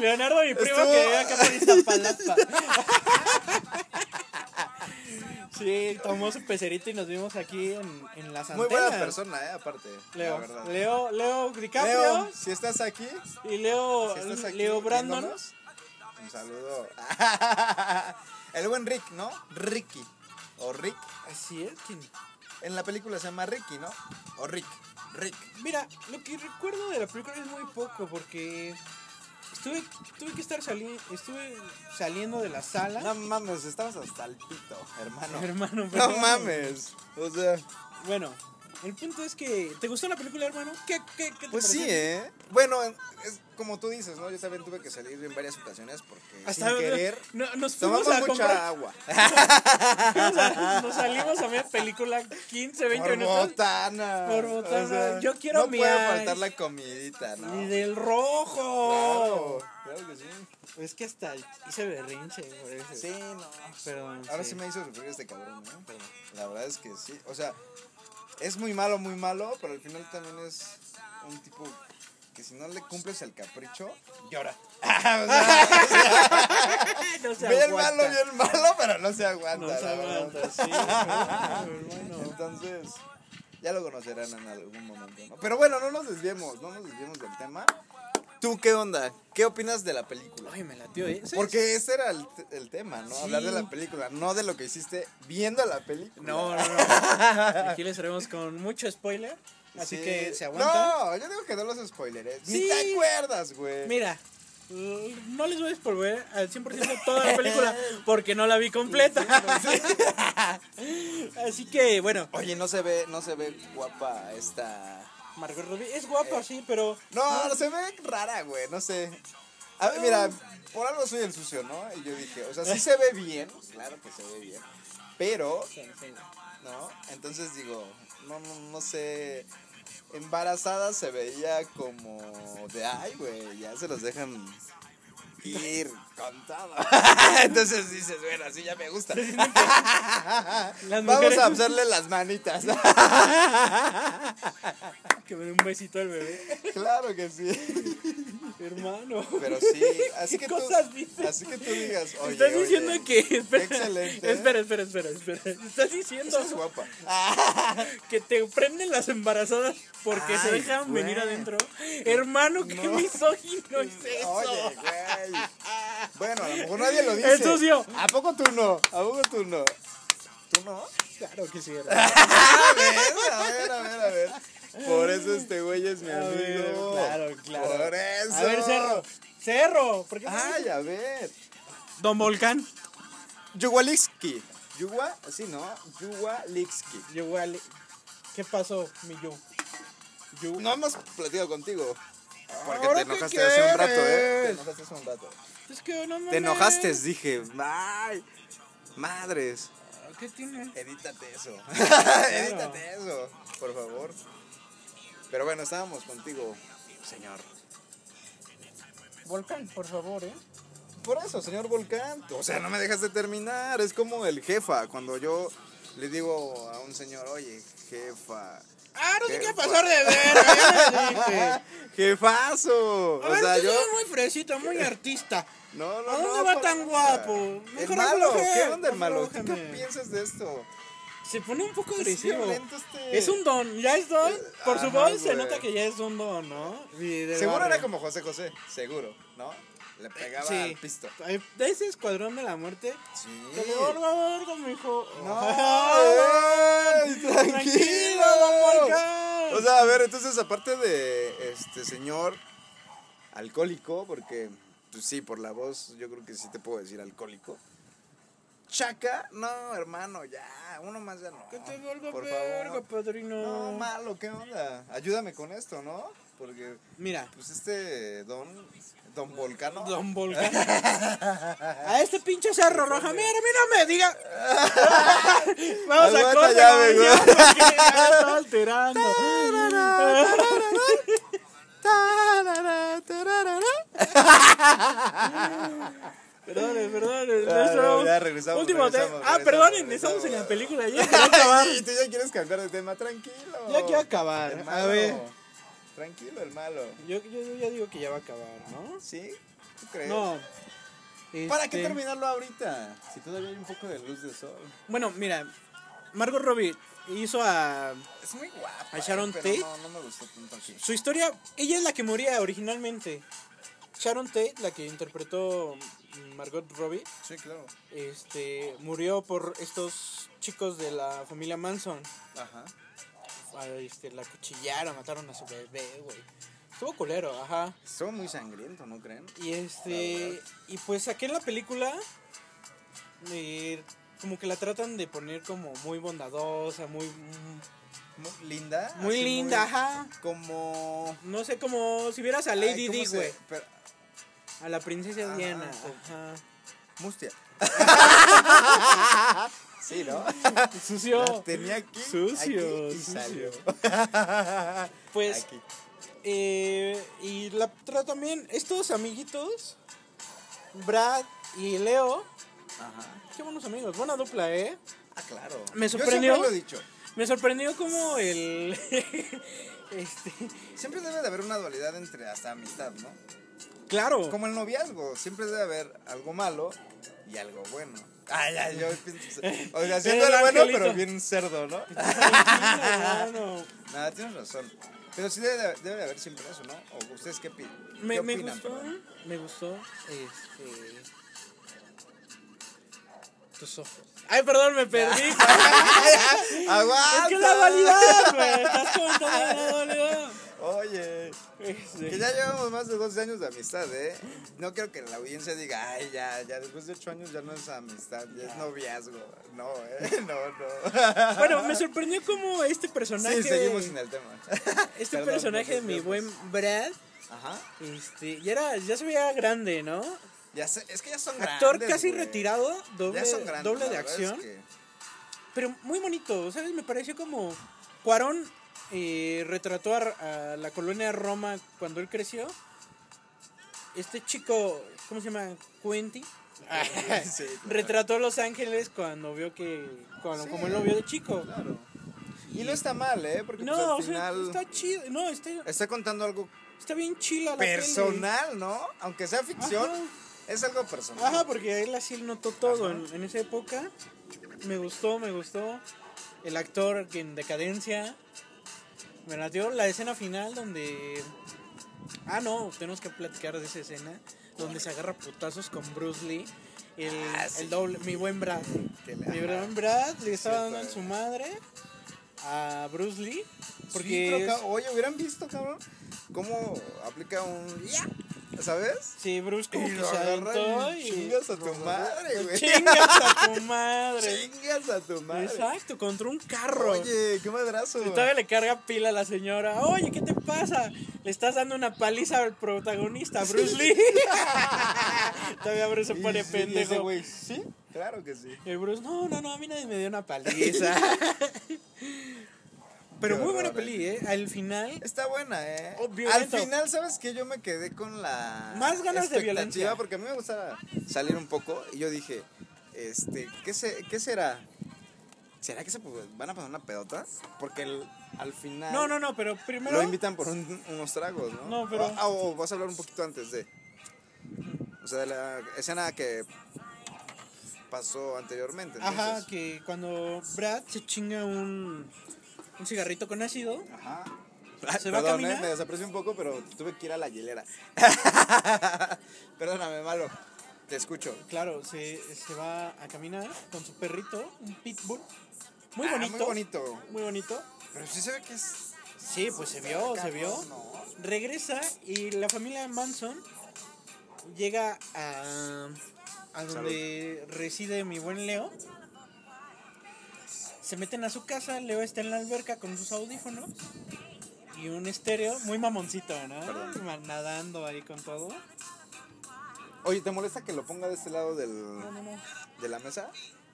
Speaker 2: Leonardo, mi primo
Speaker 1: Estuvo-
Speaker 2: que vive acá por Iztapalapa. Sí, tomó su pecerito y nos vimos aquí en, en las
Speaker 1: Muy
Speaker 2: antenas.
Speaker 1: buena persona, ¿eh? Aparte, la
Speaker 2: Leo,
Speaker 1: verdad.
Speaker 2: Leo, Leo DiCaprio
Speaker 1: Leo, si estás aquí,
Speaker 2: y Leo,
Speaker 1: si estás aquí
Speaker 2: Leo Brandon.
Speaker 1: viéndonos, Un saludo. El buen Rick, ¿no? Ricky. O Rick.
Speaker 2: Así es. ¿quién?
Speaker 1: En la película se llama Ricky, ¿no? O Rick. Rick.
Speaker 2: Mira, lo que recuerdo de la película es muy poco porque estuve, tuve que estar saliendo, estuve saliendo de la sala.
Speaker 1: No mames, estamos hasta el pito, hermano.
Speaker 2: Hermano,
Speaker 1: No
Speaker 2: perdón.
Speaker 1: mames. O sea,
Speaker 2: Bueno, el punto es que ¿te gustó la película, hermano? ¿Qué, qué, qué te
Speaker 1: pues sí,
Speaker 2: pareció?
Speaker 1: ¿eh? Bueno, es como tú dices, ¿no? Yo también tuve que salir en varias ocasiones porque sin querer
Speaker 2: no- nos fuimos
Speaker 1: tomamos
Speaker 2: a
Speaker 1: mucha
Speaker 2: comprar,
Speaker 1: agua.
Speaker 2: fuimos a- nos salimos a ver película 15, 20
Speaker 1: Por
Speaker 2: minutos.
Speaker 1: botana.
Speaker 2: Por botana. Yo quiero
Speaker 1: No
Speaker 2: mi
Speaker 1: puede
Speaker 2: ice.
Speaker 1: faltar la comidita, ¿no?
Speaker 2: Y del rojo.
Speaker 1: Claro, claro que sí.
Speaker 2: Es que hasta hice berrinche por eso.
Speaker 1: Sí, no.
Speaker 2: Perdón.
Speaker 1: Ahora sí me hizo sufrir este cabrón, ¿eh? La verdad es que sí. O sea, es muy malo, muy malo, pero al final también es un tipo que si no le cumples el capricho, llora. o sea,
Speaker 2: No se
Speaker 1: bien
Speaker 2: aguanta.
Speaker 1: malo, bien malo, pero no se aguanta.
Speaker 2: No se
Speaker 1: la verdad.
Speaker 2: aguanta, sí. hermano.
Speaker 1: Entonces, ya lo conocerán en algún momento, ¿no? Pero bueno, no nos desviemos, no nos desviemos del tema. ¿Tú qué onda? ¿Qué opinas de la película?
Speaker 2: Ay, me latió, ¿eh? ¿Sabes?
Speaker 1: Porque ese era el, te- el tema, ¿no?
Speaker 2: Sí.
Speaker 1: Hablar de la película, no de lo que hiciste viendo la película.
Speaker 2: No, no, no. Aquí les haremos con mucho spoiler. Así
Speaker 1: Sí.
Speaker 2: que se aguanta.
Speaker 1: No, yo digo que no los spoileré. Ni
Speaker 2: Sí.
Speaker 1: te acuerdas, güey.
Speaker 2: Mira, mm, no les voy a spoiler al 100% toda la película porque no la vi completa. Así que, bueno,
Speaker 1: Oye, no se ve, no se ve guapa esta.
Speaker 2: Margot Robbie es guapa, sí, pero
Speaker 1: No, no se ve rara, güey, no sé. A ver, mira, por algo soy el sucio, ¿no? Y yo dije, o sea, sí se ve bien, claro que se ve bien. Pero, ¿no? Entonces digo, no, no, no sé. Embarazada se veía como de ay, güey, ya se los dejan ir con todo. Entonces dices, bueno, así ya me gusta.
Speaker 2: Las
Speaker 1: Vamos
Speaker 2: mujeres-
Speaker 1: a hacerle las manitas.
Speaker 2: que me dé un besito al bebé,
Speaker 1: claro que sí.
Speaker 2: hermano.
Speaker 1: Pero sí, así
Speaker 2: ¿Qué
Speaker 1: que tú,
Speaker 2: cosas dices?
Speaker 1: así que tú digas, oye,
Speaker 2: Estás
Speaker 1: oye,
Speaker 2: diciendo que. Espera,
Speaker 1: excelente. ¿eh?
Speaker 2: espera, espera, espera, espera. Estás diciendo
Speaker 1: estás guapa.
Speaker 2: que te prenden las embarazadas porque se
Speaker 1: Ay,
Speaker 2: dejan
Speaker 1: güey.
Speaker 2: venir adentro. Hermano, qué
Speaker 1: No.
Speaker 2: misógino es eso.
Speaker 1: Oye, güey. Bueno, a lo mejor nadie lo dice.
Speaker 2: El sucio.
Speaker 1: ¿A poco tú no? ¿A poco tú no? ¿Tú no?
Speaker 2: Claro que sí, hermano.
Speaker 1: A ver, a ver, a ver, a ver. Por eso este güey es mi
Speaker 2: A ver,
Speaker 1: amigo.
Speaker 2: claro, claro.
Speaker 1: Por eso.
Speaker 2: A ver, cerro. Cerro. ¿Por qué no?
Speaker 1: Ay, a ver.
Speaker 2: Don Volcán.
Speaker 1: Yuwalixki. Yuwa, sí, ¿no? Yuwalixki.
Speaker 2: Yo, vale. ¿Qué pasó, mi yo? Yo.
Speaker 1: No hemos platicado contigo. Porque te
Speaker 2: ¿Ahora qué
Speaker 1: enojaste hace un rato, ¿eh? Te
Speaker 2: quieres?
Speaker 1: enojaste hace un rato.
Speaker 2: Es que no
Speaker 1: Te
Speaker 2: mames.
Speaker 1: enojaste, dije. Ay, madres.
Speaker 2: ¿Qué tiene?
Speaker 1: Edítate eso. Edítate eso, por favor. Pero bueno, estábamos contigo, señor.
Speaker 2: Volcán, por favor, ¿eh?
Speaker 1: Por eso, señor Volcán. O sea, no me dejas de terminar. Es como el jefa. Cuando yo le digo a un señor, oye, jefa.
Speaker 2: Ah, no sé
Speaker 1: ¿Qué
Speaker 2: qué
Speaker 1: fue?
Speaker 2: pasar de verga. ya le dije.
Speaker 1: ¡Jefazo!
Speaker 2: A
Speaker 1: ¿eh? O
Speaker 2: ver,
Speaker 1: sea,
Speaker 2: tú
Speaker 1: yo.
Speaker 2: eres muy fresita, muy artista.
Speaker 1: No, no,
Speaker 2: ¿A dónde
Speaker 1: no,
Speaker 2: va
Speaker 1: por
Speaker 2: tan
Speaker 1: nada.
Speaker 2: guapo?
Speaker 1: El
Speaker 2: Mejor
Speaker 1: malo,
Speaker 2: afloje,
Speaker 1: ¿qué onda, hermano? ¿Tú qué
Speaker 2: aflójame.
Speaker 1: piensas de esto?
Speaker 2: Se pone un poco
Speaker 1: Es
Speaker 2: agresivo.
Speaker 1: violento este-
Speaker 2: Es un don, ya es don. Por su
Speaker 1: Ajá,
Speaker 2: voz se
Speaker 1: güey.
Speaker 2: nota que ya es un don, ¿no? Y del
Speaker 1: Seguro
Speaker 2: barrio.
Speaker 1: era como José José, seguro, ¿no? Le pegaba
Speaker 2: Eh, Sí.
Speaker 1: al pisto.
Speaker 2: Ay, De ese escuadrón de la muerte.
Speaker 1: Sí.
Speaker 2: Que le orgo, orgo, mijo.
Speaker 1: No,
Speaker 2: Ay,
Speaker 1: ey, tranquilo.
Speaker 2: don Volcán.
Speaker 1: O sea, a ver, entonces aparte de este señor alcohólico, porque pues sí, por la voz yo creo que sí te puedo decir alcohólico. Chaca, no, hermano, ya, uno más ya no.
Speaker 2: Que te vuelva
Speaker 1: por
Speaker 2: verga,
Speaker 1: favor.
Speaker 2: padrino.
Speaker 1: No, malo, ¿qué onda? Ayúdame con esto, ¿no? Porque
Speaker 2: Mira,
Speaker 1: pues este don don Volcano
Speaker 2: Don Volcán. a este pinche cerro roja. Mira, a mí no me diga. Vamos a
Speaker 1: Aguanta
Speaker 2: corte
Speaker 1: ya,
Speaker 2: comercial,
Speaker 1: güey.
Speaker 2: porque ya está alterando.
Speaker 1: Tarara, tarara.
Speaker 2: Perdone, perdone. no
Speaker 1: Ah, no,
Speaker 2: estamos-
Speaker 1: ya regresamos,
Speaker 2: Último tema.
Speaker 1: regresamos,
Speaker 2: Ah,
Speaker 1: regresamos,
Speaker 2: perdonen,
Speaker 1: regresamos.
Speaker 2: estamos en la película. Ya quiero acabar.
Speaker 1: Y tú ya quieres cambiar de tema, tranquilo.
Speaker 2: Ya quiero acabar.
Speaker 1: El
Speaker 2: A
Speaker 1: malo.
Speaker 2: ver,
Speaker 1: Tranquilo, el malo.
Speaker 2: yo, yo, yo ya digo que ya va a acabar, ¿no?
Speaker 1: ¿Sí? ¿Tú crees?
Speaker 2: No.
Speaker 1: Pues, ¿Para qué
Speaker 2: este,
Speaker 1: terminarlo ahorita? Si todavía hay un poco de luz de sol.
Speaker 2: Bueno, mira, Margot Robbie hizo a.
Speaker 1: Es muy guapa.
Speaker 2: ¿A Sharon
Speaker 1: eh, pero
Speaker 2: Tate?
Speaker 1: No, no me gustó tanto aquí.
Speaker 2: Su historia, ella es la que moría originalmente. Sharon Tate, la que interpretó Margot Robbie,
Speaker 1: Sí, claro.
Speaker 2: este, murió por estos chicos de la familia Manson.
Speaker 1: Ajá.
Speaker 2: Ah, Este, la cuchillaron, mataron a su bebé, güey. Estuvo culero, ajá.
Speaker 1: Estuvo muy sangriento, ¿no creen?
Speaker 2: Y
Speaker 1: La
Speaker 2: este.
Speaker 1: verdad.
Speaker 2: Y pues aquí en la película. eh, como que la tratan de poner como muy bondadosa, muy.
Speaker 1: Muy linda.
Speaker 2: Muy
Speaker 1: así
Speaker 2: linda, ajá.
Speaker 1: Como.
Speaker 2: No sé, como si vieras a
Speaker 1: Ay,
Speaker 2: Lady
Speaker 1: ¿cómo
Speaker 2: D,
Speaker 1: se- Ah,
Speaker 2: güey.
Speaker 1: pero-
Speaker 2: A la princesa
Speaker 1: Ajá,
Speaker 2: Diana.
Speaker 1: como-
Speaker 2: Ajá.
Speaker 1: Mustia. sí, ¿no?
Speaker 2: Sucio.
Speaker 1: La tenía aquí.
Speaker 2: Sucio,
Speaker 1: aquí y
Speaker 2: sucio.
Speaker 1: salió.
Speaker 2: Pues,
Speaker 1: Aquí.
Speaker 2: eh, y la tra- también, estos amiguitos, Brad y Leo,
Speaker 1: Ajá.
Speaker 2: qué buenos amigos, buena dupla, ¿eh?
Speaker 1: Ah, claro.
Speaker 2: Me
Speaker 1: Yo
Speaker 2: sorprendió.
Speaker 1: siempre lo he dicho.
Speaker 2: Me sorprendió como el... este,
Speaker 1: Siempre debe de haber una dualidad entre hasta amistad, ¿no?
Speaker 2: claro,
Speaker 1: Como el noviazgo, siempre debe haber algo malo y algo bueno. Ay, ay, yo pienso. O sea, siendo
Speaker 2: El
Speaker 1: el bueno,
Speaker 2: angelito.
Speaker 1: pero bien cerdo, ¿no?
Speaker 2: Tranquilo, hermano.
Speaker 1: Nada, tienes razón. Pero sí debe de, debe de haber siempre eso, ¿no? ¿O ustedes qué, pi-
Speaker 2: me,
Speaker 1: qué
Speaker 2: me
Speaker 1: opinan?
Speaker 2: gustó, ¿eh?
Speaker 1: perdón?
Speaker 2: me gustó, este... Tus ojos. Ay, perdón, me perdí.
Speaker 1: ¡Aguanta!
Speaker 2: es que la dualidad, güey. Estás comentando la dualidad.
Speaker 1: Oye,
Speaker 2: Este,
Speaker 1: que ya llevamos más de 12 años de amistad, ¿eh? No quiero que la audiencia diga, ay, ya, ya, después de 8 años ya no es amistad, ya es noviazgo. No, ¿eh? No, no.
Speaker 2: Bueno, me sorprendió como este personaje.
Speaker 1: Sí, seguimos sin el tema.
Speaker 2: Este
Speaker 1: Perdón,
Speaker 2: personaje de
Speaker 1: nos
Speaker 2: mi buen
Speaker 1: desviamos.
Speaker 2: Brad,
Speaker 1: Ajá.
Speaker 2: este, ya era, ya se veía grande, ¿no?
Speaker 1: Ya sé, es que ya son grandes.
Speaker 2: Actor casi
Speaker 1: güey.
Speaker 2: retirado, doble,
Speaker 1: Ya son grandes,
Speaker 2: doble
Speaker 1: la
Speaker 2: de
Speaker 1: verdad es
Speaker 2: acción,
Speaker 1: que-
Speaker 2: pero muy bonito, ¿sabes? Me pareció como Cuarón eh, retrató a, a la colonia Roma cuando él creció. Este chico, ¿cómo se llama? Quentin.
Speaker 1: Sí, claro.
Speaker 2: retrató a Los Ángeles cuando vio que, cuando,
Speaker 1: Sí.
Speaker 2: como él lo vio de chico.
Speaker 1: Claro. Y no está mal, ¿eh? Porque pues,
Speaker 2: No, o
Speaker 1: al
Speaker 2: sea,
Speaker 1: final
Speaker 2: está chido. No, está,
Speaker 1: está contando algo
Speaker 2: está bien chila la peli.
Speaker 1: personal, ¿no? Aunque sea ficción,
Speaker 2: Ajá.
Speaker 1: es algo personal.
Speaker 2: Ajá, porque él así notó todo en, en esa época. Me gustó, me gustó. El actor que en decadencia. Me latió la escena final donde. Ah, no, tenemos que platicar de esa escena. Donde se agarra putazos con Bruce Lee. El,
Speaker 1: Ah, sí.
Speaker 2: el doble, mi buen Brad.
Speaker 1: Que le-
Speaker 2: Mi
Speaker 1: ajá.
Speaker 2: buen Brad le estaba
Speaker 1: Cierto,
Speaker 2: dando en
Speaker 1: eh.
Speaker 2: su madre a Bruce Lee.
Speaker 1: Sí,
Speaker 2: Porque.
Speaker 1: pero,
Speaker 2: es-
Speaker 1: ca- oye, hubieran visto, cabrón, cómo aplica un ya, ¿sabes?
Speaker 2: Sí, Bruce como
Speaker 1: Y
Speaker 2: que
Speaker 1: lo
Speaker 2: se aventó
Speaker 1: agarra
Speaker 2: y.
Speaker 1: y chingas a tu madre, güey.
Speaker 2: Chingas a tu madre.
Speaker 1: Chingas a tu madre.
Speaker 2: Exacto, contra un carro.
Speaker 1: Oye, qué madrazo.
Speaker 2: Y todavía le carga pila a la señora. Oye, ¿qué te pasa? Le estás dando una paliza al protagonista, Bruce Lee. todavía Bruce se
Speaker 1: Y
Speaker 2: pone
Speaker 1: sí, y ese
Speaker 2: pendejo.
Speaker 1: güey, sí, claro que sí.
Speaker 2: Y Bruce, no, no, no, a mí nadie me dio una paliza. Pero
Speaker 1: Qué
Speaker 2: muy buena
Speaker 1: horror,
Speaker 2: peli, ¿eh? Al final,
Speaker 1: Está buena, ¿eh?
Speaker 2: Oh,
Speaker 1: Al
Speaker 2: violento.
Speaker 1: final, ¿sabes qué? Yo me quedé con la.
Speaker 2: Más ganas de
Speaker 1: expectativa,
Speaker 2: violencia.
Speaker 1: Porque a mí me gusta salir un poco. Y yo dije, este, ¿qué, se- qué será? ¿Será que se pu- van a pasar una pedota? Porque el- al final.
Speaker 2: no, no, no, pero primero.
Speaker 1: Lo invitan por un- unos tragos, ¿no?
Speaker 2: No, pero-
Speaker 1: Ah, o vas a hablar un poquito antes de. O sea, de la escena que pasó anteriormente.
Speaker 2: Ajá,
Speaker 1: entonces.
Speaker 2: que cuando Brad se chinga un, un cigarrito con ácido,
Speaker 1: Ajá.
Speaker 2: se va a
Speaker 1: Perdón, eh,
Speaker 2: caminar.
Speaker 1: me desaprecio un poco, pero tuve que ir a la hielera. Perdóname, malo. Te escucho.
Speaker 2: claro, se, se va a caminar con su perrito, un pitbull. Muy
Speaker 1: Ah,
Speaker 2: bonito.
Speaker 1: muy bonito.
Speaker 2: muy bonito.
Speaker 1: Pero sí se ve que es.
Speaker 2: Sí, pues se vio, se vio.
Speaker 1: No.
Speaker 2: Regresa y la familia Manson llega a, a donde reside mi buen Leo. Se meten a su casa, Leo está en la alberca con sus audífonos y un estéreo muy mamoncito, ¿no?
Speaker 1: Perdón.
Speaker 2: Ma- Nadando ahí con todo.
Speaker 1: Oye, ¿te molesta que lo ponga de este lado del,
Speaker 2: No, no, no.
Speaker 1: de la mesa?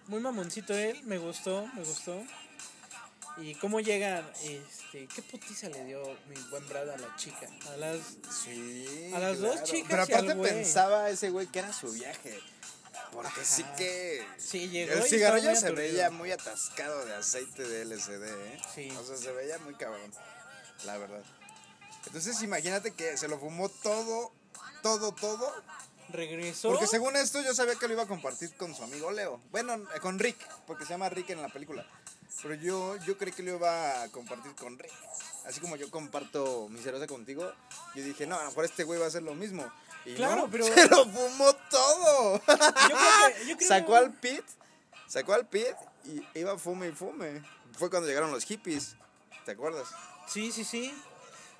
Speaker 2: Muy mamoncito él, me gustó, me gustó. Y cómo llegan, este, qué putiza le dio mi buen Brad a la chica. A las
Speaker 1: Sí.
Speaker 2: A las dos chicas
Speaker 1: Pero
Speaker 2: y al
Speaker 1: aparte
Speaker 2: güey.
Speaker 1: pensaba ese güey que era su viaje. Porque
Speaker 2: Ajá.
Speaker 1: sí que.
Speaker 2: Sí, llegó.
Speaker 1: El
Speaker 2: y
Speaker 1: cigarrillo
Speaker 2: estaba
Speaker 1: se
Speaker 2: muy atrevido.
Speaker 1: veía muy atascado de aceite de LCD, ¿eh?
Speaker 2: Sí.
Speaker 1: O sea, se veía muy cabrón, la verdad. Entonces imagínate que se lo fumó todo, todo, todo.
Speaker 2: Regresó.
Speaker 1: Porque según esto yo sabía que lo iba a compartir con su amigo Leo. Bueno, eh, con Rick, porque se llama Rick en la película. Pero yo, yo creí que lo iba a compartir con Rick. Así como yo comparto mi cerveza contigo, yo dije, no, a lo mejor este güey va a hacer lo mismo. Y
Speaker 2: Claro,
Speaker 1: no,
Speaker 2: pero-
Speaker 1: se lo fumó todo.
Speaker 2: Yo creo que- yo creo-
Speaker 1: Sacó al pit, sacó al pit y iba fume y fume. Fue cuando llegaron los hippies, ¿te acuerdas?
Speaker 2: Sí, sí, sí.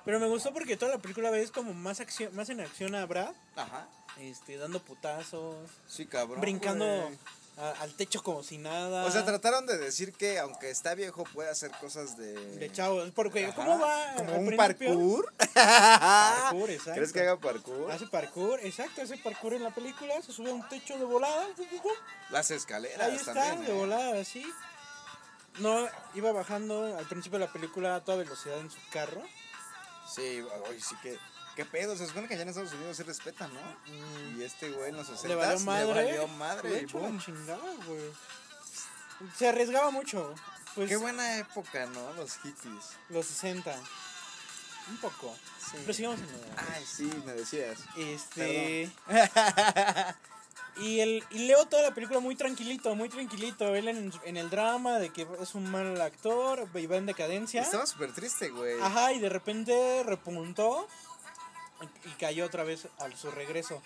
Speaker 2: Pero me gustó porque toda la película ves como más acción, más en acción a Brad,
Speaker 1: Ajá.
Speaker 2: este, dando putazos,
Speaker 1: Sí, cabrón.
Speaker 2: brincando
Speaker 1: güey.
Speaker 2: a- al techo como si nada.
Speaker 1: O sea, trataron de decir que aunque está viejo puede hacer cosas de...
Speaker 2: de chavos, porque
Speaker 1: Ajá.
Speaker 2: ¿cómo va?
Speaker 1: Como
Speaker 2: al
Speaker 1: un
Speaker 2: principio?
Speaker 1: parkour.
Speaker 2: Parkour, exacto.
Speaker 1: ¿Crees que haga parkour?
Speaker 2: Hace parkour, exacto, hace parkour en la película, se sube a un techo de volada, ¡pum, pum, pum!
Speaker 1: Las escaleras
Speaker 2: Ahí está,
Speaker 1: también.
Speaker 2: de
Speaker 1: ¿eh?
Speaker 2: volada, así. No, iba bajando al principio de la película a toda velocidad en su carro.
Speaker 1: Sí, oye, sí que... ¿Qué pedo? Se supone que allá en Estados Unidos se respeta, ¿no?
Speaker 2: Mm.
Speaker 1: Y este güey en los 60
Speaker 2: le valió madre.
Speaker 1: Le valió madre
Speaker 2: De
Speaker 1: y
Speaker 2: hecho,
Speaker 1: boom.
Speaker 2: la chingada, güey. Se arriesgaba mucho. Pues,
Speaker 1: Qué buena época, ¿no? Los hippies.
Speaker 2: Los 60. Un poco.
Speaker 1: Sí.
Speaker 2: Pero sigamos en lo de-
Speaker 1: Ay, sí, me decías.
Speaker 2: Este. y, el, y leo toda la película muy tranquilito, muy tranquilito. Él en, en el drama de que es un mal actor y va en decadencia.
Speaker 1: Estaba súper triste, güey.
Speaker 2: Ajá, y de repente repuntó y- y cayó otra vez a su regreso.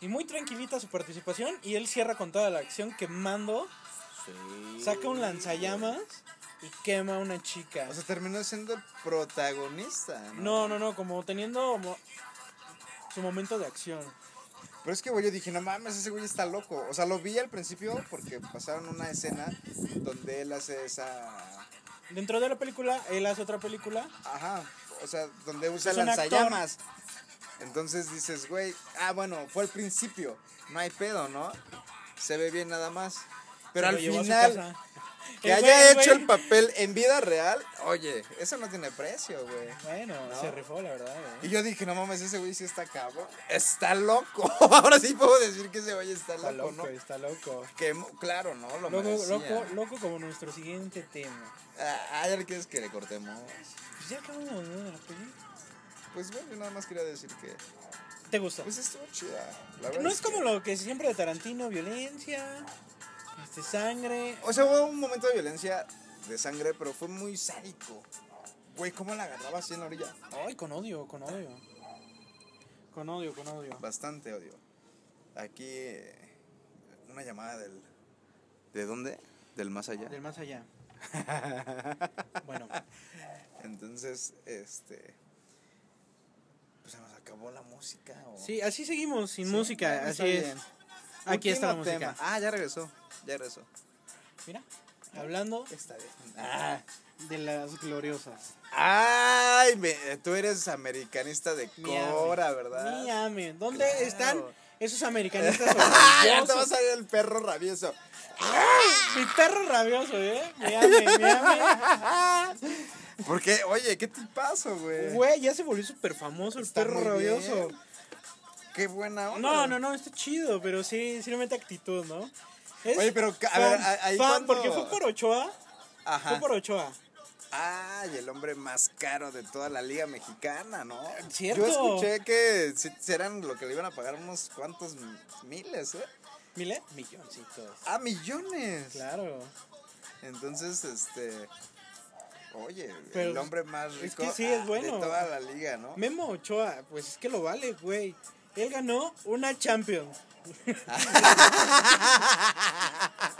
Speaker 2: Y muy tranquilita su participación y él cierra con toda la acción quemando,
Speaker 1: Sí.
Speaker 2: saca un lanzallamas y quema a una chica.
Speaker 1: O sea, terminó siendo el protagonista.
Speaker 2: No, no, no, como teniendo mo- su momento de acción.
Speaker 1: Pero es que, güey, yo dije, no mames, ese güey está loco. O sea, lo vi al principio porque pasaron una escena donde él hace esa.
Speaker 2: Dentro de la película, él hace otra película.
Speaker 1: Ajá. O sea, donde usa
Speaker 2: Es un
Speaker 1: lanzallamas. Entonces dices, güey, ah, bueno, fue al principio. No hay pedo, ¿no? Se ve bien nada más. Pero
Speaker 2: se
Speaker 1: al
Speaker 2: lo llevó a su
Speaker 1: final,
Speaker 2: casa.
Speaker 1: que
Speaker 2: El
Speaker 1: haya
Speaker 2: güey, el
Speaker 1: hecho
Speaker 2: güey-
Speaker 1: el papel en vida real, oye, eso no tiene precio, güey.
Speaker 2: Bueno,
Speaker 1: No.
Speaker 2: se rifó, la verdad. ¿eh?
Speaker 1: Y yo dije, no mames, ese güey sí está cabrón. Está loco. Ahora sí puedo decir que ese güey está
Speaker 2: Está
Speaker 1: loco, ¿no?
Speaker 2: loco, está loco.
Speaker 1: Que, mo- claro, ¿no? Lo
Speaker 2: Loco,
Speaker 1: merecía.
Speaker 2: loco, loco como nuestro siguiente tema.
Speaker 1: Ah, ya le quieres que le cortemos.
Speaker 2: Pues ya acabamos ¿no? de la peli.
Speaker 1: Pues bueno, yo nada más quería decir que.
Speaker 2: ¿Te gustó?
Speaker 1: Pues estuvo chida. la verdad
Speaker 2: No es
Speaker 1: que-
Speaker 2: como lo que siempre de Tarantino, violencia, este, sangre.
Speaker 1: O sea, hubo un momento de violencia de sangre, pero fue muy sádico. Güey, ¿cómo la agarraba así en la orilla?
Speaker 2: Ay, con odio, con odio. Con odio, con odio.
Speaker 1: Bastante odio. Aquí. eh, Una llamada del. ¿De dónde? Del más allá.
Speaker 2: Del más allá. Bueno,
Speaker 1: Entonces, este. Pues se nos acabó la música. ¿o?
Speaker 2: sí, así seguimos sin
Speaker 1: Sí,
Speaker 2: música,
Speaker 1: bueno,
Speaker 2: así
Speaker 1: está
Speaker 2: es.
Speaker 1: bien.
Speaker 2: Aquí está la
Speaker 1: Último tema.
Speaker 2: música.
Speaker 1: Ah, ya regresó. Ya regresó.
Speaker 2: Mira, hablando
Speaker 1: Está bien. Ah.
Speaker 2: de las gloriosas.
Speaker 1: Ay, me- tú eres americanista de Cora,
Speaker 2: Miami.
Speaker 1: ¿verdad?
Speaker 2: Miami, ¿dónde
Speaker 1: Claro.
Speaker 2: están esos americanistas?
Speaker 1: Ah, ya te va a
Speaker 2: orgullosos?
Speaker 1: salir el perro rabioso.
Speaker 2: Mi perro rabioso, ¿eh? Miami, Miami.
Speaker 1: Porque, oye, ¿qué te pasó, güey?
Speaker 2: Güey, ya se volvió súper famoso el
Speaker 1: Está
Speaker 2: perro
Speaker 1: muy bien.
Speaker 2: rabioso.
Speaker 1: Qué buena onda.
Speaker 2: No, no, no, está chido, pero sí, sí le mete actitud, ¿no? Es
Speaker 1: Oye, pero ca- a ver, a- ahí cuando-
Speaker 2: fan, porque fue por Ochoa, fue
Speaker 1: Ajá.
Speaker 2: por Ochoa.
Speaker 1: Ay, el hombre más caro de toda la liga mexicana, ¿no?
Speaker 2: Cierto.
Speaker 1: Yo escuché que si- si eran lo que le iban a pagar unos cuantos mi- miles, ¿eh?
Speaker 2: ¿Miles? Milloncitos.
Speaker 1: ¡Ah, millones!
Speaker 2: Claro.
Speaker 1: Entonces, este. Oye, el
Speaker 2: Pero
Speaker 1: hombre más
Speaker 2: es
Speaker 1: rico ah,
Speaker 2: que sí es bueno.
Speaker 1: de toda la liga, ¿no?
Speaker 2: Memo Ochoa, pues es que lo vale, güey. Él ganó una Champions.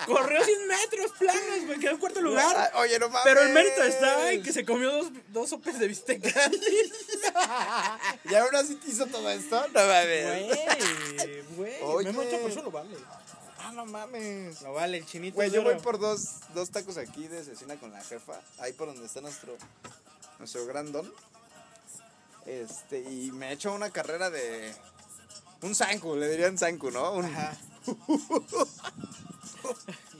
Speaker 2: Corrió 100 metros planos, güey, quedó en cuarto lugar.
Speaker 1: Ah, Oye, no mames.
Speaker 2: Pero el mérito está en que se comió dos, dos sopes de bistec.
Speaker 1: ¿Y ahora sí te hizo todo esto? No mames.
Speaker 2: Güey, güey.
Speaker 1: Oye.
Speaker 2: Memo Ochoa por eso lo vale.
Speaker 1: Ah, no mames.
Speaker 2: Lo vale, el chinito.
Speaker 1: Güey,
Speaker 2: es
Speaker 1: yo
Speaker 2: duro.
Speaker 1: voy por dos, dos tacos aquí de asesina con la jefa. Ahí por donde está nuestro, nuestro gran don. Este, y me he hecho una carrera de. Un Sanku, le dirían Sanku, ¿no? Un-
Speaker 2: Ajá.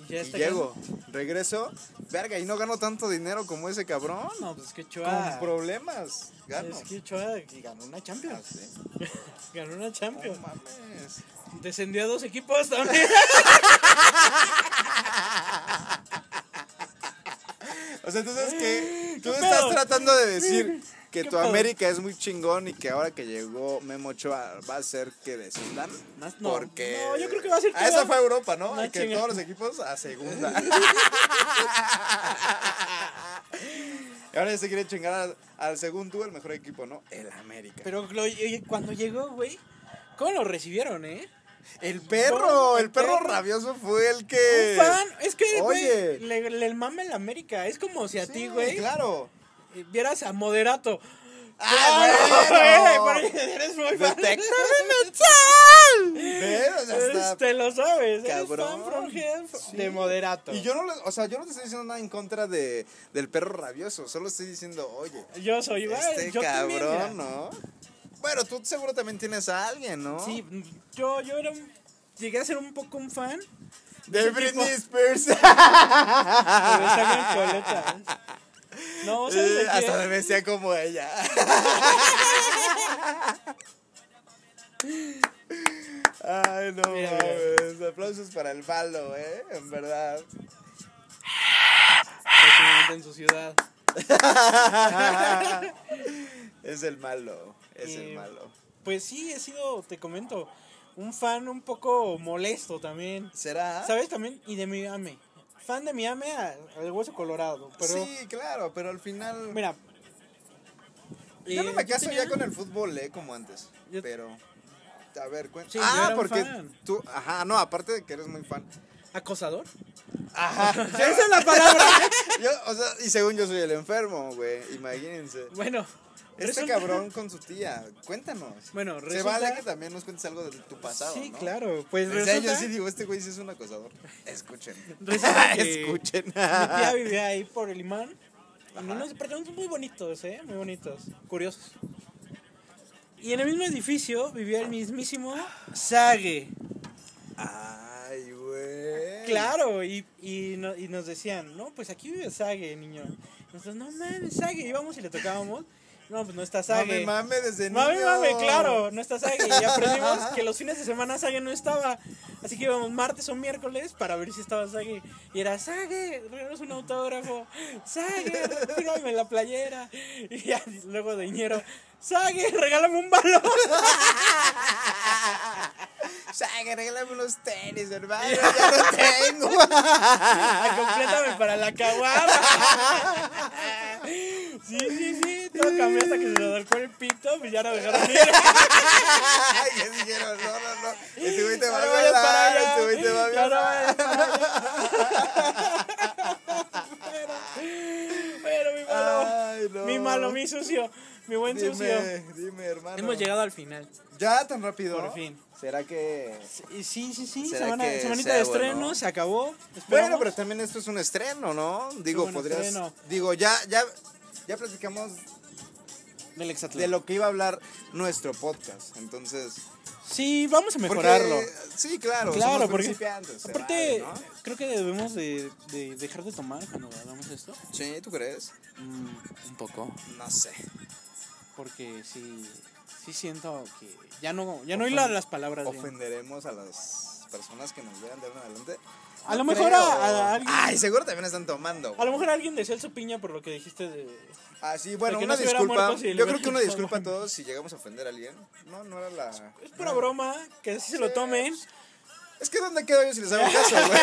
Speaker 2: Y ya
Speaker 1: y
Speaker 2: está
Speaker 1: llego, regreso, verga, y no gano tanto dinero como ese cabrón.
Speaker 2: ganando. No, pues es que
Speaker 1: Con
Speaker 2: Ochoa.
Speaker 1: problemas, gano.
Speaker 2: Es que Ochoa ganó una
Speaker 1: Ah,
Speaker 2: Champions.
Speaker 1: sí.
Speaker 2: Ganó una
Speaker 1: No
Speaker 2: Champions.
Speaker 1: mames.
Speaker 2: Descendió a dos equipos también.
Speaker 1: O sea, entonces que tú
Speaker 2: ¿Qué
Speaker 1: estás
Speaker 2: pedo?
Speaker 1: tratando de decir que
Speaker 2: ¿Qué
Speaker 1: tu
Speaker 2: pedo?
Speaker 1: América es muy chingón y que ahora que llegó Memo Ochoa va a ser que descendan.
Speaker 2: Más no.
Speaker 1: Porque.
Speaker 2: No, yo creo que va a ser que
Speaker 1: Ah, esa
Speaker 2: va-
Speaker 1: fue Europa, ¿no?
Speaker 2: No,
Speaker 1: que
Speaker 2: chinga.
Speaker 1: todos los equipos a segunda. y ahora ya se quiere chingar al, al segundo tú, el mejor equipo, ¿no? El América.
Speaker 2: Pero lo- oye, cuando llegó, güey, ¿cómo lo recibieron, eh?
Speaker 1: el perro,
Speaker 2: No,
Speaker 1: el,
Speaker 2: el
Speaker 1: perro,
Speaker 2: perro.
Speaker 1: rabioso fue el que.
Speaker 2: Un fan, es que,
Speaker 1: Oye.
Speaker 2: güey, le, le mama el América. Es como si a
Speaker 1: Sí,
Speaker 2: ti, güey,
Speaker 1: Claro.
Speaker 2: eh, vieras a Moderato.
Speaker 1: ¡Ah,
Speaker 2: güey,
Speaker 1: bueno!
Speaker 2: pero eres muy fan.
Speaker 1: ¡Detector mental! Pero, o sea, está-
Speaker 2: Te lo sabes,
Speaker 1: Cabrón.
Speaker 2: eres fan from hell
Speaker 1: Sí.
Speaker 2: de Moderato.
Speaker 1: Y yo no, le- o sea, yo no te estoy diciendo nada en contra de, del perro rabioso, solo estoy diciendo, oye,
Speaker 2: Yo soy igual,
Speaker 1: este
Speaker 2: yo también,
Speaker 1: cabrón,
Speaker 2: mira.
Speaker 1: ¿no? Bueno, tú seguro también tienes a alguien, ¿no?
Speaker 2: Sí, yo, yo era un- llegué a ser un poco un fan,
Speaker 1: De
Speaker 2: ese
Speaker 1: Britney
Speaker 2: tipo.
Speaker 1: Spears.
Speaker 2: pero está bien coleta. No, ¿sabes de
Speaker 1: Eh, Hasta
Speaker 2: qué?
Speaker 1: me vestía como ella. Ay, no
Speaker 2: Mira,
Speaker 1: mames. Aplausos para el palo, ¿eh? En verdad.
Speaker 2: Presidente en su ciudad.
Speaker 1: es el malo, es el
Speaker 2: Eh,
Speaker 1: malo.
Speaker 2: Pues sí, he sido, te comento, un fan un poco molesto también.
Speaker 1: ¿Será?
Speaker 2: ¿Sabes también? Y de Miami. Fan de Miami a- al hueso colorado. Pero,
Speaker 1: sí, claro, pero al final...
Speaker 2: mira.
Speaker 1: yo no
Speaker 2: eh,
Speaker 1: me caso
Speaker 2: tenía-
Speaker 1: ya con el fútbol, ¿eh? Como antes.
Speaker 2: Yo-
Speaker 1: Pero... A ver, cuéntame.
Speaker 2: Sí, yo
Speaker 1: ah,
Speaker 2: era un
Speaker 1: porque
Speaker 2: fan.
Speaker 1: tú... Ajá, no, aparte de que eres muy fan.
Speaker 2: ¿Acosador?
Speaker 1: Ajá.
Speaker 2: Esa es la palabra. ¿eh?
Speaker 1: Yo, o sea, y según yo soy el enfermo, güey, imagínense.
Speaker 2: bueno.
Speaker 1: Este
Speaker 2: resulta-
Speaker 1: cabrón con su tía, cuéntanos.
Speaker 2: Bueno,
Speaker 1: Se
Speaker 2: resulta-
Speaker 1: vale que también nos cuentes algo de tu pasado,
Speaker 2: Sí,
Speaker 1: ¿no?
Speaker 2: claro. Pues
Speaker 1: O sea, yo
Speaker 2: resulta,
Speaker 1: sí digo, este güey sí es un acosador. Escuchen.
Speaker 2: resulta que
Speaker 1: Escuchen.
Speaker 2: mi tía vivía ahí por el imán. Y
Speaker 1: Ajá.
Speaker 2: unos departamentos muy bonitos, ¿eh? Muy bonitos. Curiosos. Y en el mismo edificio vivía el mismísimo Sage.
Speaker 1: Ay, güey.
Speaker 2: Claro, y, y, no- y nos decían, no, pues aquí vive Sage, niño. Nosotros, no mames, Sage, íbamos y le tocábamos. No, pues no está
Speaker 1: Mame,
Speaker 2: Sage.
Speaker 1: mame desde
Speaker 2: Mame,
Speaker 1: niño.
Speaker 2: mame, claro, no está Sage. Y aprendimos que los fines de semana Sage no estaba. Así que íbamos martes o miércoles para ver si estaba Sage. Y era, Sage, regalos un autógrafo. Sage, tírame la playera. Y ya, luego de dinero, Sage, regálame un balón.
Speaker 1: Saga, regálame unos tenis, hermano. Ya no tengo. Ah,
Speaker 2: Complétame para la caguada. Sí, sí, sí. Todo cambió hasta que se le acercó el pito, pues ya no dejaron ir.
Speaker 1: Ay, ya dijeron, no, no, no. Este güey te va
Speaker 2: Ya no
Speaker 1: a
Speaker 2: vayas para
Speaker 1: violar.
Speaker 2: allá.
Speaker 1: Este güey te va a
Speaker 2: Ya no
Speaker 1: violar.
Speaker 2: vayas para allá. Pero, pero mi malo,
Speaker 1: Ay, Ah, no.
Speaker 2: mi malo, mi sucio, mi buen sucio.
Speaker 1: Dime, dime, hermano.
Speaker 2: Hemos llegado al final.
Speaker 1: ¿Ya tan rápido?
Speaker 2: Por fin.
Speaker 1: ¿Será que...?
Speaker 2: Y sí, sí, sí.
Speaker 1: ¿Será
Speaker 2: semana-
Speaker 1: que
Speaker 2: semanita
Speaker 1: sea
Speaker 2: de estreno,
Speaker 1: bueno?
Speaker 2: se acabó.
Speaker 1: Bueno,
Speaker 2: Esperamos.
Speaker 1: pero también esto es un estreno, ¿no? Digo,
Speaker 2: un
Speaker 1: podrías...
Speaker 2: estreno.
Speaker 1: Digo, ya, ya, ya platicamos
Speaker 2: Del
Speaker 1: de
Speaker 2: Exatlón.
Speaker 1: lo que iba a hablar nuestro podcast, entonces...
Speaker 2: Sí, vamos a
Speaker 1: porque-
Speaker 2: mejorarlo.
Speaker 1: Sí, claro,
Speaker 2: Claro,
Speaker 1: somos
Speaker 2: porque-
Speaker 1: principiantes. se
Speaker 2: Aparte,
Speaker 1: vale,
Speaker 2: creo que debemos de, de dejar de tomar cuando hagamos esto.
Speaker 1: ¿no? Sí, ¿tú crees? Mm,
Speaker 2: un poco.
Speaker 1: No sé.
Speaker 2: Porque sí, sí siento que ya no, ya no hilo las palabras. bien.
Speaker 1: Ofenderemos a las personas que nos vean de ahora en adelante.
Speaker 2: A lo
Speaker 1: No
Speaker 2: mejor
Speaker 1: creo.
Speaker 2: a- a alguien-
Speaker 1: Ay, seguro también están tomando.
Speaker 2: A lo mejor alguien desea su piña por lo que dijiste de...
Speaker 1: Ah, sí, bueno,
Speaker 2: que
Speaker 1: una
Speaker 2: no se hubiera
Speaker 1: disculpa.
Speaker 2: muerto si le
Speaker 1: Yo creo que una
Speaker 2: hubiera
Speaker 1: disculpa a
Speaker 2: tomado.
Speaker 1: todos si llegamos a ofender a alguien. No, no era la.
Speaker 2: Es pura broma, que así se lo tomen.
Speaker 1: Es que ¿dónde quedo yo si les hago caso, güey?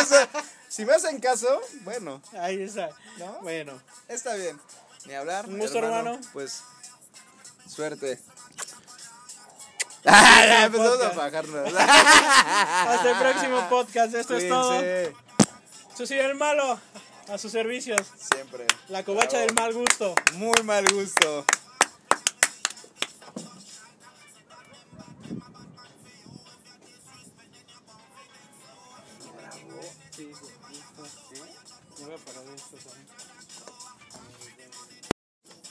Speaker 1: O sea, si me hacen caso, bueno,
Speaker 2: Ahí está.
Speaker 1: ¿No?
Speaker 2: Bueno,
Speaker 1: está bien. Ni hablar.
Speaker 2: Un gusto, hermano.
Speaker 1: Pues, suerte. Ah, empezamos a
Speaker 2: Este podcast.
Speaker 1: bajarnos.
Speaker 2: hasta el próximo podcast. Esto es todo.
Speaker 1: Ah. Cuídense.
Speaker 2: Su señor el malo, a sus servicios.
Speaker 1: Siempre.
Speaker 2: La covacha
Speaker 1: Bravo.
Speaker 2: del mal gusto.
Speaker 1: Muy mal gusto.
Speaker 2: Sí, sí, sí. Ya voy a parar esto también.